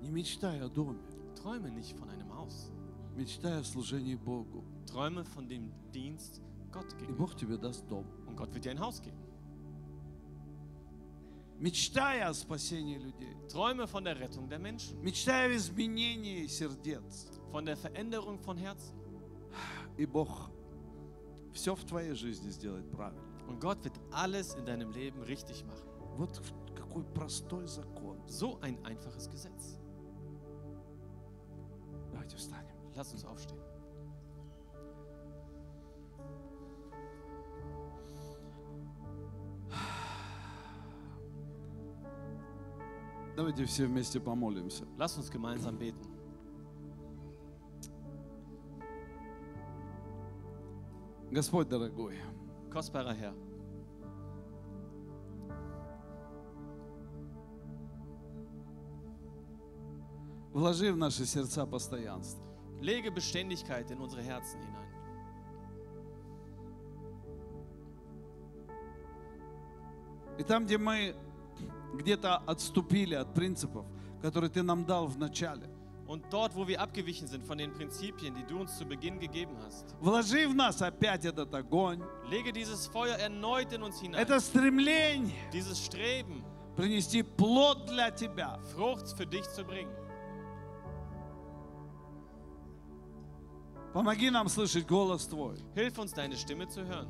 [SPEAKER 1] Не мечтай о доме.
[SPEAKER 2] Träume nicht von einem Haus.
[SPEAKER 1] Мечтай о служении Богу.
[SPEAKER 2] Träume von dem Dienst Gott
[SPEAKER 1] И
[SPEAKER 2] gegenüber.
[SPEAKER 1] Бог тебе даст дом.
[SPEAKER 2] Und Gott wird dir ein Haus geben.
[SPEAKER 1] Мечтай о спасении людей.
[SPEAKER 2] Träume von der Rettung der Menschen,
[SPEAKER 1] Мечтай о изменении сердец.
[SPEAKER 2] von der Veränderung von Herzen.
[SPEAKER 1] И Бог все в твоей жизни сделает правильно.
[SPEAKER 2] Und Gott wird alles in deinem Leben richtig machen.
[SPEAKER 1] Вот в- какой простой закон.
[SPEAKER 2] So ein einfaches Gesetz.
[SPEAKER 1] Давайте встанем.
[SPEAKER 2] Lass uns aufstehen.
[SPEAKER 1] Давайте все вместе помолимся.
[SPEAKER 2] Lass uns gemeinsam beten.
[SPEAKER 1] Господь дорогой,
[SPEAKER 2] Kostbarer Herr,
[SPEAKER 1] вложи в наши сердца постоянство.
[SPEAKER 2] lege Beständigkeit in unsere Herzen hinein.
[SPEAKER 1] И там, где мы где-то отступили от принципов, которые Ты нам дал в начале,
[SPEAKER 2] Und dort, wo wir abgewichen sind von den Prinzipien, die du uns zu Beginn gegeben hast,
[SPEAKER 1] вложи в нас опять этот огонь,
[SPEAKER 2] lege dieses Feuer erneut in uns hinein.
[SPEAKER 1] это стремление
[SPEAKER 2] Dieses Streben,
[SPEAKER 1] принести плод для Тебя.
[SPEAKER 2] Frucht für dich zu bringen.
[SPEAKER 1] Помоги нам слышать голос Твой
[SPEAKER 2] Hilf uns, deine Stimme zu hören.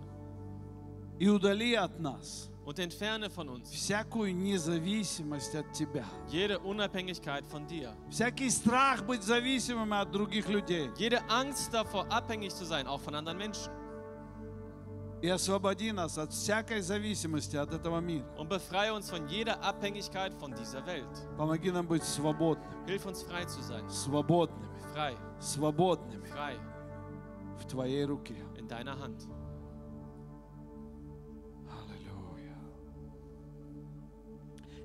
[SPEAKER 1] и удали от нас
[SPEAKER 2] Und entferne von uns
[SPEAKER 1] всякую независимость от Тебя,
[SPEAKER 2] jede Unabhängigkeit von dir.
[SPEAKER 1] всякий страх быть зависимым от других людей
[SPEAKER 2] Jede Angst davor, abhängig zu sein, auch von anderen Menschen.
[SPEAKER 1] и освободи нас от всякой зависимости от этого мира.
[SPEAKER 2] Und befreie uns von jeder Abhängigkeit von dieser Welt.
[SPEAKER 1] Помоги нам быть свободными,
[SPEAKER 2] Hilf uns, frei zu sein.
[SPEAKER 1] свободными,
[SPEAKER 2] Frei,
[SPEAKER 1] свободными
[SPEAKER 2] frei
[SPEAKER 1] в Твоей руке.
[SPEAKER 2] in deiner Hand.
[SPEAKER 1] Аллилуйя.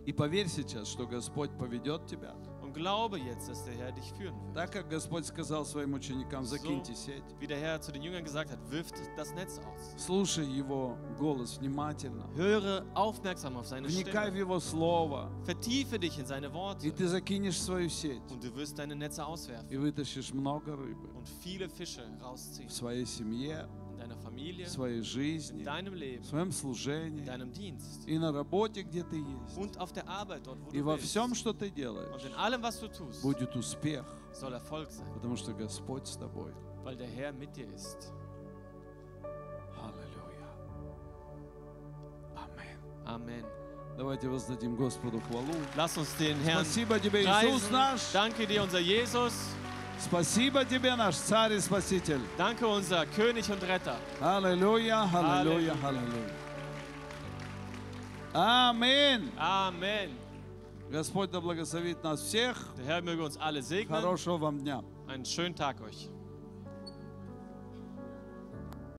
[SPEAKER 1] И поверь сейчас, что Господь поведет тебя.
[SPEAKER 2] Und glaube jetzt, dass der Herr dich führen wird.
[SPEAKER 1] Так как Господь сказал своим ученикам, закиньте сеть.
[SPEAKER 2] Wie der Herr zu den Jüngern gesagt hat, wirft das Netz aus.
[SPEAKER 1] Слушай Его голос внимательно.
[SPEAKER 2] Höre aufmerksam auf seine
[SPEAKER 1] Вникай в
[SPEAKER 2] Stimme.
[SPEAKER 1] Его Слово.
[SPEAKER 2] Vertiefe dich in seine
[SPEAKER 1] И
[SPEAKER 2] Worte.
[SPEAKER 1] ты закинешь свою сеть.
[SPEAKER 2] Und du wirst deine Netze auswerfen
[SPEAKER 1] И вытащишь много рыбы.
[SPEAKER 2] und viele Fische rausziehen.
[SPEAKER 1] В своей семье,
[SPEAKER 2] In deiner
[SPEAKER 1] в
[SPEAKER 2] Familie,
[SPEAKER 1] своей
[SPEAKER 2] in
[SPEAKER 1] жизни,
[SPEAKER 2] deinem
[SPEAKER 1] в
[SPEAKER 2] Leben,
[SPEAKER 1] своем
[SPEAKER 2] in
[SPEAKER 1] служении.
[SPEAKER 2] deinem Dienst
[SPEAKER 1] И на работе, где ты есть.
[SPEAKER 2] und auf der Arbeit, dort, wo
[SPEAKER 1] И
[SPEAKER 2] du
[SPEAKER 1] во
[SPEAKER 2] bist.
[SPEAKER 1] всем,
[SPEAKER 2] Und
[SPEAKER 1] что ты делаешь,
[SPEAKER 2] in allem, was du tust,
[SPEAKER 1] будет успех.
[SPEAKER 2] soll Erfolg sein,
[SPEAKER 1] Потому что Господь с тобой.
[SPEAKER 2] weil der Herr mit dir ist.
[SPEAKER 1] Аллилуйя. Аминь.
[SPEAKER 2] Amen.
[SPEAKER 1] Давайте воздадим Господу хвалу.
[SPEAKER 2] Lass uns den Herrn
[SPEAKER 1] Спасибо тебе, Иисус
[SPEAKER 2] preisen.
[SPEAKER 1] наш.
[SPEAKER 2] Danke dir, unser Jesus.
[SPEAKER 1] Спасибо тебе, наш Царь и Спаситель.
[SPEAKER 2] Danke, unser König und Retter.
[SPEAKER 1] Аллилуйя, аллилуйя,
[SPEAKER 2] Аллилуйя.
[SPEAKER 1] аллилуйя. Аминь.
[SPEAKER 2] Amen.
[SPEAKER 1] Господь да благословит нас всех.
[SPEAKER 2] Der Herr möge uns alle segnen.
[SPEAKER 1] Хорошего вам дня.
[SPEAKER 2] Einen schönen Tag euch.